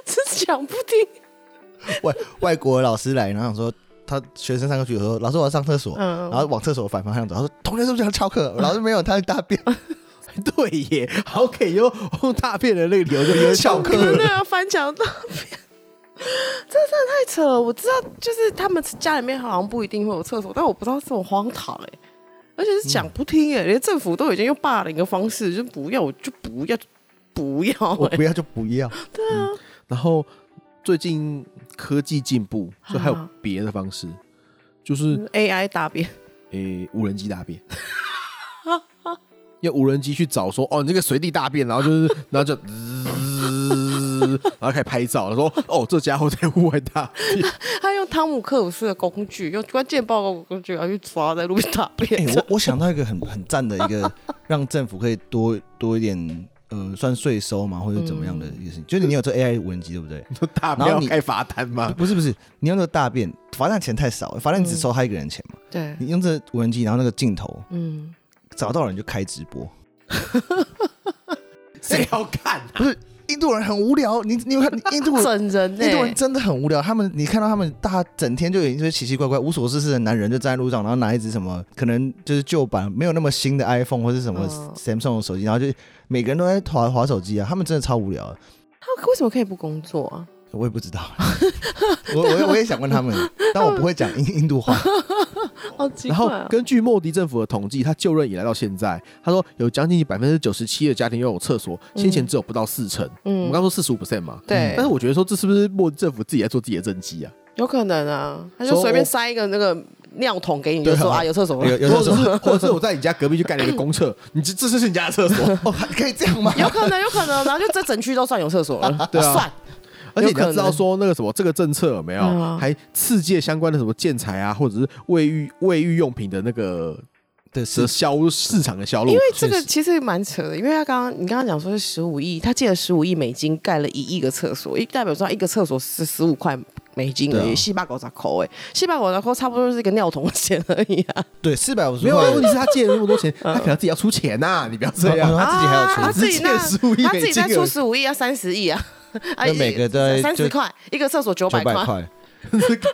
[SPEAKER 3] 这讲不听。
[SPEAKER 1] 外外国老师来，然后想说他学生上课去，说老师我要上厕所，
[SPEAKER 3] 嗯
[SPEAKER 1] 然后往厕所反方向走，他说同学是不是要翘课？ 老师没有，他在大便。
[SPEAKER 2] 对耶，好可以用用 大便的那个 理由就用翘
[SPEAKER 3] 真
[SPEAKER 2] 课
[SPEAKER 3] 的要翻墙到边， 这真的太扯了。我知道，就是他们家里面好像不一定会有厕所，但我不知道这么荒唐哎、而且是讲不听哎、连政府都已经用霸凌的方式，就不要，我就不要，就不要
[SPEAKER 1] 我
[SPEAKER 3] 哎、
[SPEAKER 1] 不要就不 要，
[SPEAKER 2] 然后最近科技进步，所以还有
[SPEAKER 3] 啊
[SPEAKER 2] 别的方式，就是
[SPEAKER 3] 嗯 AI 大便，
[SPEAKER 2] 诶、无人机大便。 用无人机去找说，哦，你这个随地大便，然后就是， 然后就，滋然后开始拍照，说，哦，这家伙在户外大 便，
[SPEAKER 3] 他用汤姆克鲁斯的工具，用关键报告工具，然后去抓在路边大
[SPEAKER 1] 哎、
[SPEAKER 3] 便。
[SPEAKER 1] 我我想到一个很很赞的一个，让政府可以多 多一点，呃，算税收嘛，或者怎么样的一个事情。就是你有这 AI 无人机，对不对？
[SPEAKER 2] 说大
[SPEAKER 1] 然
[SPEAKER 2] 便
[SPEAKER 1] 后
[SPEAKER 2] 要
[SPEAKER 1] 你
[SPEAKER 2] 开罚单吗？
[SPEAKER 1] 不是不是，你用这个大便，罚站钱太少，罚站只收他一个人钱嘛。
[SPEAKER 3] 对，
[SPEAKER 1] 你用这无人机，然后那个镜头
[SPEAKER 3] 嗯，
[SPEAKER 1] 找到人就开直播。
[SPEAKER 2] 谁要看、
[SPEAKER 1] 不是 印度人很无聊，你你有看印度人
[SPEAKER 3] 整人欸呢、
[SPEAKER 1] 印度人真的很无聊，他们你看到他们大整天就有一些奇奇怪怪、无所事事的男人就站在路上，然后拿一只什么可能就是旧版没有那么新的 iPhone 或是什么
[SPEAKER 3] 嗯
[SPEAKER 1] Samsung 的手机，然后就每个人都在划划手机啊，他们真的超无聊的。
[SPEAKER 3] 他为什么可以不工作啊？
[SPEAKER 1] 我也不知 道，我我也我也想问他们，但我不会讲印印度 话。
[SPEAKER 3] 好奇
[SPEAKER 2] 然
[SPEAKER 3] 怪、
[SPEAKER 2] 后
[SPEAKER 3] 啊！
[SPEAKER 2] 根据莫迪政府的统计，他就任以来到现在，他说有将近百分之九十七的家庭拥有厕所，先前只有不到四成。我
[SPEAKER 3] 嗯
[SPEAKER 2] 们刚，说四十五 percent 嘛，
[SPEAKER 3] 对
[SPEAKER 2] 但是我觉得说这是不是莫迪政府自己在做自己的政绩啊？
[SPEAKER 3] 有可能啊，他就
[SPEAKER 2] 说
[SPEAKER 3] 随便
[SPEAKER 2] 我
[SPEAKER 3] 塞一个那个尿桶给你，就说
[SPEAKER 1] 对啊
[SPEAKER 3] 啊有厕所吗，
[SPEAKER 1] 有有
[SPEAKER 2] 或
[SPEAKER 1] 厕
[SPEAKER 2] 者
[SPEAKER 1] 所
[SPEAKER 2] 是或者是我在你家隔壁就盖了一个公厕，你这这就是你家的厕 所，
[SPEAKER 1] 哦，还可以这样吗？
[SPEAKER 3] 有可能，有可能，然后啊就这整区都算有厕所 了，
[SPEAKER 2] 对啊
[SPEAKER 3] 算
[SPEAKER 2] 而且你
[SPEAKER 3] 有可
[SPEAKER 2] 要
[SPEAKER 3] 能
[SPEAKER 2] 知道说那个什么这个政策有没有、
[SPEAKER 3] 嗯啊
[SPEAKER 2] 还刺激相关的什么建材啊，或者是卫浴卫浴用品的那个
[SPEAKER 1] 对，
[SPEAKER 2] 的
[SPEAKER 1] 是
[SPEAKER 2] 销市场的销路，
[SPEAKER 3] 因为这
[SPEAKER 1] 确
[SPEAKER 3] 个
[SPEAKER 1] 实
[SPEAKER 3] 其实蛮扯的，因为他刚刚你刚刚讲说是十五亿，他借了十五亿美金盖了一亿个厕所，一代表说他一个厕所是十五块美金而
[SPEAKER 1] 对
[SPEAKER 3] 已，
[SPEAKER 1] 啊
[SPEAKER 3] 西巴狗咋扣哎，西巴狗咋扣差不多就是一个尿桶的钱而已啊，
[SPEAKER 1] 对四百五十
[SPEAKER 2] 没
[SPEAKER 1] 块
[SPEAKER 2] 有啊，问题是他借了那么多 钱，
[SPEAKER 3] 嗯
[SPEAKER 2] 他可能自己要出钱呐、你不要这样。
[SPEAKER 1] 哦 他自己还有出
[SPEAKER 2] 只借
[SPEAKER 3] 啊他自己那
[SPEAKER 2] 15亿
[SPEAKER 3] 他自己再
[SPEAKER 2] 美金
[SPEAKER 3] 出
[SPEAKER 2] 而已
[SPEAKER 3] 十五亿啊，三十亿啊，啊
[SPEAKER 1] 那每个在
[SPEAKER 3] 三
[SPEAKER 1] 就
[SPEAKER 3] 十块一个厕所九
[SPEAKER 1] 九
[SPEAKER 3] 百
[SPEAKER 1] 百
[SPEAKER 3] 块，
[SPEAKER 1] 块，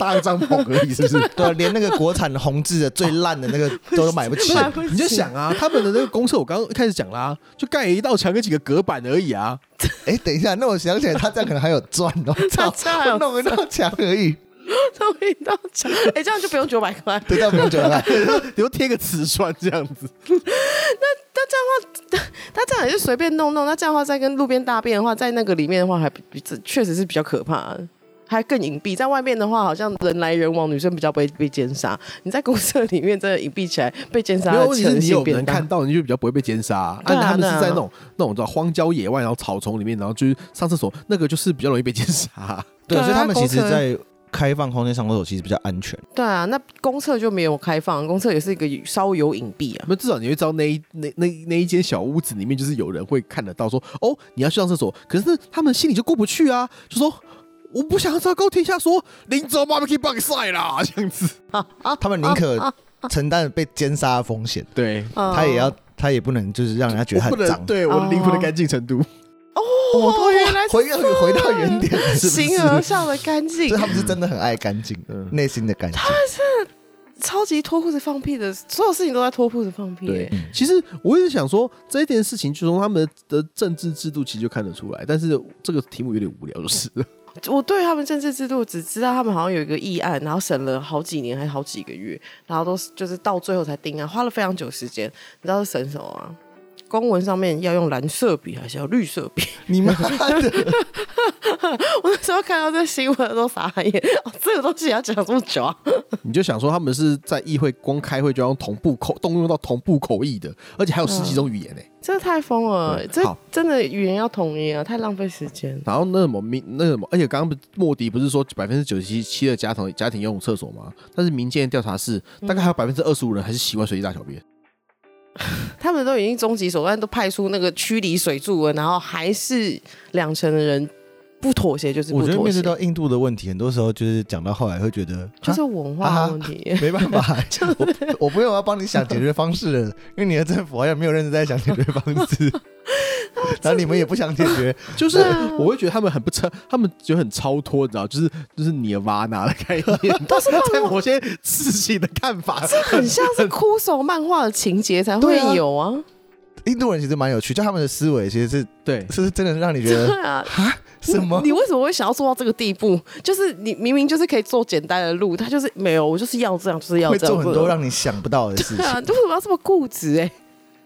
[SPEAKER 2] 搭个帐篷而已，是不是？
[SPEAKER 1] 对啊，连那个国产红字的最烂的那个都买不 起。
[SPEAKER 3] 买不起
[SPEAKER 2] 你就想啊，他们的那个公厕，我刚刚一开始讲啦、就盖一道墙跟几个隔板而已啊。
[SPEAKER 1] 哎，等一下，那我想起来，他这样可能还有赚哦，
[SPEAKER 3] 他这 样还有
[SPEAKER 1] 弄一道墙而已。
[SPEAKER 3] 都没到家，哎，这样就不用九百 块。
[SPEAKER 1] 对，但没有九百块。
[SPEAKER 2] 你就贴个瓷砖这样子，
[SPEAKER 3] 他这样也是随便弄弄，那这样的话再跟路边大便的话，在那个里面的话还比比这确实是比较可怕的。啊还更隐蔽。在外面的话，好像人来人往，女生比较不会被奸杀。你在公社里面真的隐蔽起来，被奸杀
[SPEAKER 2] 没有
[SPEAKER 3] 的
[SPEAKER 2] 问题
[SPEAKER 3] 可
[SPEAKER 2] 是
[SPEAKER 3] 能
[SPEAKER 2] 你有
[SPEAKER 3] 性变
[SPEAKER 2] 人
[SPEAKER 3] 大
[SPEAKER 2] 看。到，你就比较不会被奸杀、啊。
[SPEAKER 3] 啊对啊
[SPEAKER 2] 他们是
[SPEAKER 3] 对啊
[SPEAKER 2] 在那种那种叫荒郊野外，然后草丛里面，然后就是上厕所，那个就是比较容易被奸杀啊、
[SPEAKER 1] 对，
[SPEAKER 3] 对啊
[SPEAKER 1] 所以他们其
[SPEAKER 3] 公
[SPEAKER 1] 实，
[SPEAKER 3] 车
[SPEAKER 1] 在开放空间上厕所其实比较安全。
[SPEAKER 3] 对啊，那公厕就没有开放，公厕也是一个稍微有隐蔽啊。
[SPEAKER 2] 那至少你会知道那一那那那一间小屋子里面，就是有人会看得到说，哦，你要去上厕所，可是他们心里就过不去啊，就说我不想昭告天下说林州 barbecue 棒赛啦，这样子。
[SPEAKER 1] 他们宁可承担被奸杀的风险，
[SPEAKER 2] 对，
[SPEAKER 3] 嗯
[SPEAKER 1] 他也要，他也不能就是让人家觉得他
[SPEAKER 2] 我不
[SPEAKER 1] 很
[SPEAKER 2] 能
[SPEAKER 1] 脏。
[SPEAKER 2] 对我的灵魂的干净程度，
[SPEAKER 1] 哦，
[SPEAKER 3] 哦原来是
[SPEAKER 1] 回到回到原点，是不是？
[SPEAKER 3] 形而上的干 净
[SPEAKER 1] 所以，他们是真的很爱干净
[SPEAKER 2] 嗯，
[SPEAKER 1] 内心的干净。
[SPEAKER 3] 超级脱裤子放屁的，所有事情都在脱裤子放屁、
[SPEAKER 2] 对
[SPEAKER 3] 欸。，
[SPEAKER 2] 其实我也想说这一件事情，就从他们的政治制度其实就看得出来，但是这个题目有点无聊，就是 了
[SPEAKER 3] 我对他们政治制度只知道他们好像有一个议案，然后审了好几年还好几个月，然后都是就是到最后才定案，花了非常久时间。你知道是审什么吗？公文上面要用蓝色笔还是要绿色笔？
[SPEAKER 1] 你妈的，
[SPEAKER 3] 我那时候看到这新闻都傻眼，哦，这个东西也要讲这么久啊？
[SPEAKER 2] 你就想说他们是在议会光开会就要用同步口动用到同步口译的，而且还有十几种语言呢、欸
[SPEAKER 3] 这个太疯了，
[SPEAKER 2] 嗯
[SPEAKER 3] 这
[SPEAKER 2] 好
[SPEAKER 3] 真的语言要统一啊，太浪费时间。
[SPEAKER 2] 然后那什么民那什么，而且刚刚不莫迪不是说百分之九十七的家庭家庭用厕所吗？但是民间的调查是，大概还有百分之二十五人还是习惯随地大小便。
[SPEAKER 3] 他们都已经终极手段，都派出那个驱离水柱了，然后还是两成的人不妥协，就是不
[SPEAKER 1] 我觉得
[SPEAKER 3] 妥
[SPEAKER 1] 面对
[SPEAKER 3] 协，
[SPEAKER 1] 到印度的问题，很多时候就是讲到后来会觉得，
[SPEAKER 3] 就是
[SPEAKER 1] 啊
[SPEAKER 3] 文化问 题。
[SPEAKER 1] 没办法，我我不用要帮你想解决方式了，因为你的政府好像没有认真在想解决方式，然后你们也不想解决，
[SPEAKER 2] 就是
[SPEAKER 3] 啊
[SPEAKER 2] 我会觉得他们很不超，他们就很超脱，你知道，就是就是尼瓦纳的概 念，但是在某些事情的看法，
[SPEAKER 3] 很像是哭手漫画的情节才会有啊，
[SPEAKER 1] 印度人其实蛮有趣，就他们的思维其实是
[SPEAKER 2] 对，
[SPEAKER 1] 是真的让你觉
[SPEAKER 3] 对
[SPEAKER 1] 得
[SPEAKER 3] 啊。
[SPEAKER 1] 啊什么
[SPEAKER 3] 你？为什么会想要做到这个地步？就是你明明就是可以做简单的路，他就是没有，我就是要这样，就是要
[SPEAKER 1] 会
[SPEAKER 3] 这样。
[SPEAKER 1] 做很多让你想不到的事
[SPEAKER 3] 对啊，
[SPEAKER 1] 情。
[SPEAKER 3] 为什么要这么固执、欸？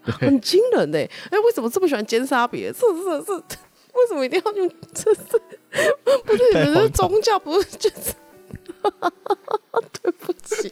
[SPEAKER 3] 哎，很惊人哎、欸！哎、为什么这么喜欢奸杀别人？这这这，为什么一定要用？ 这这不是你
[SPEAKER 1] 太
[SPEAKER 3] 们
[SPEAKER 1] 荒唐
[SPEAKER 3] 是宗教，不是就是？ 对不起，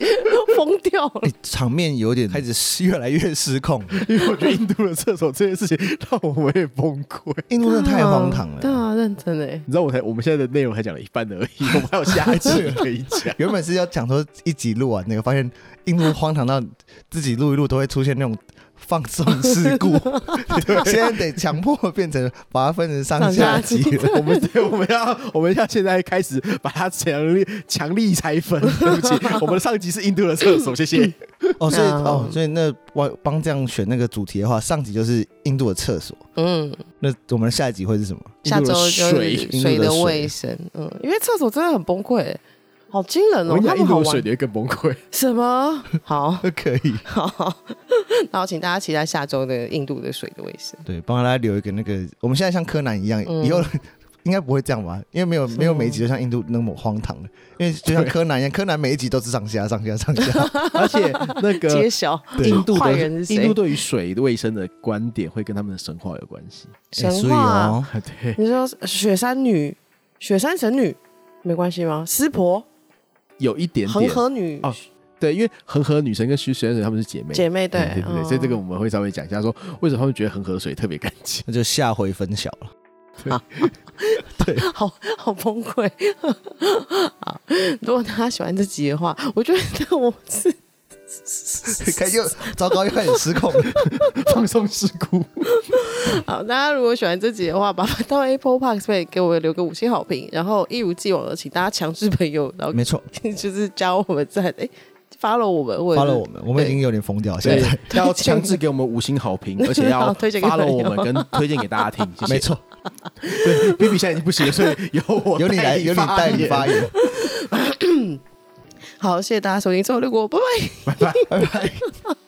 [SPEAKER 3] 疯掉了
[SPEAKER 1] 哎。，场面有点开始越来越失控，
[SPEAKER 2] 因为我觉得印度的厕所这件事情让我也崩溃。
[SPEAKER 1] 印度真的太荒唐
[SPEAKER 3] 对
[SPEAKER 1] 了。
[SPEAKER 3] 啊，认真哎、
[SPEAKER 2] 你知道我才我们现在的内容才讲了一半而 已，我们还有下一集可以讲。
[SPEAKER 1] 原本是要讲说一集录完那个，发现印度荒唐到自己录一录都会出现那种放送事 故，现在得强迫变成把它分成上下集
[SPEAKER 3] 上下集
[SPEAKER 1] 了。
[SPEAKER 2] 我们对，我们要我们要现在开始把它强力强力拆 分。对不起，我们的上集是印度的厕所，谢谢。
[SPEAKER 1] 哦， 所以
[SPEAKER 3] 嗯
[SPEAKER 1] 哦，所以那帮帮这样选那个主题的话，上集就是印度的厕所，
[SPEAKER 3] 嗯，
[SPEAKER 1] 那我们下一集会是什么？
[SPEAKER 3] 下周
[SPEAKER 2] 印
[SPEAKER 3] 就
[SPEAKER 2] 度的
[SPEAKER 3] 是
[SPEAKER 2] 水
[SPEAKER 1] 印
[SPEAKER 3] 水
[SPEAKER 1] 度的
[SPEAKER 3] 的
[SPEAKER 1] 水
[SPEAKER 3] 卫生，嗯，因为厕所真的很崩溃、欸，好惊人
[SPEAKER 2] 我
[SPEAKER 3] 哦、
[SPEAKER 2] 跟你
[SPEAKER 3] 他
[SPEAKER 2] 讲，印
[SPEAKER 3] 们好
[SPEAKER 2] 度的水
[SPEAKER 3] 玩
[SPEAKER 2] 你会更崩溃。
[SPEAKER 3] 什么？好
[SPEAKER 1] 可以，
[SPEAKER 3] 好， 然后请大家期待下周的印度的水的卫生。
[SPEAKER 1] 对，帮大家留一个那个，我们现在像柯南一样，
[SPEAKER 3] 嗯
[SPEAKER 1] 以后应该不会这样吧？因为没有没有每一集都像印度那么荒唐的，因为就像
[SPEAKER 2] 对
[SPEAKER 1] 柯南一样，柯南每一集都是上下上下上下，
[SPEAKER 2] 而且那
[SPEAKER 3] 揭
[SPEAKER 2] 个
[SPEAKER 3] 晓
[SPEAKER 1] 对
[SPEAKER 2] 印度
[SPEAKER 3] 坏
[SPEAKER 2] 的
[SPEAKER 3] 人是谁？
[SPEAKER 2] 印度对于水卫生的观点会跟他们的神话有关系。
[SPEAKER 1] 哎所
[SPEAKER 3] 神
[SPEAKER 1] 以
[SPEAKER 3] 话、
[SPEAKER 1] 哦，
[SPEAKER 2] 对，
[SPEAKER 3] 你说雪山女、雪山神女没关系吗？湿婆、
[SPEAKER 2] 有一点
[SPEAKER 3] 恒
[SPEAKER 2] 点
[SPEAKER 3] 河女、
[SPEAKER 2] 哦对，因为恒河女神跟徐玄水他们是姐妹。
[SPEAKER 3] 姐妹对哦
[SPEAKER 2] 对对对，所以这个我们会稍微讲一下，说为什么他们觉得恒河水特别干净。
[SPEAKER 1] 那就下回分晓了。
[SPEAKER 3] 哦 好好崩溃。 好，如果大家喜欢这集的话，我觉得我是
[SPEAKER 1] 开始又糟糕，又开始失控了。
[SPEAKER 3] 哦
[SPEAKER 2] 放松事故，
[SPEAKER 3] 好，大家如果喜欢这集的话，麻烦到 Apple Park 可以给我留个五星好评，然后一如既往的请大家强制朋友，然后
[SPEAKER 1] 没错
[SPEAKER 3] 就是加我们在哎。follow 我们，或者
[SPEAKER 1] 发
[SPEAKER 3] 是
[SPEAKER 1] 了我们，我们已经有点疯掉了，现在。
[SPEAKER 2] 要强制给我们五星好 评，而且要
[SPEAKER 3] 好推荐给
[SPEAKER 2] follow
[SPEAKER 3] 朋友
[SPEAKER 2] 我们跟推荐给大家听，谢谢
[SPEAKER 1] 没。错，
[SPEAKER 2] 对，B B 现在已经不行了，所以由我
[SPEAKER 1] 由你来，由
[SPEAKER 2] 有
[SPEAKER 1] 你带领发，言。
[SPEAKER 3] 好，谢谢大家收听，最后六国，拜拜。
[SPEAKER 2] 拜拜。
[SPEAKER 1] 拜拜。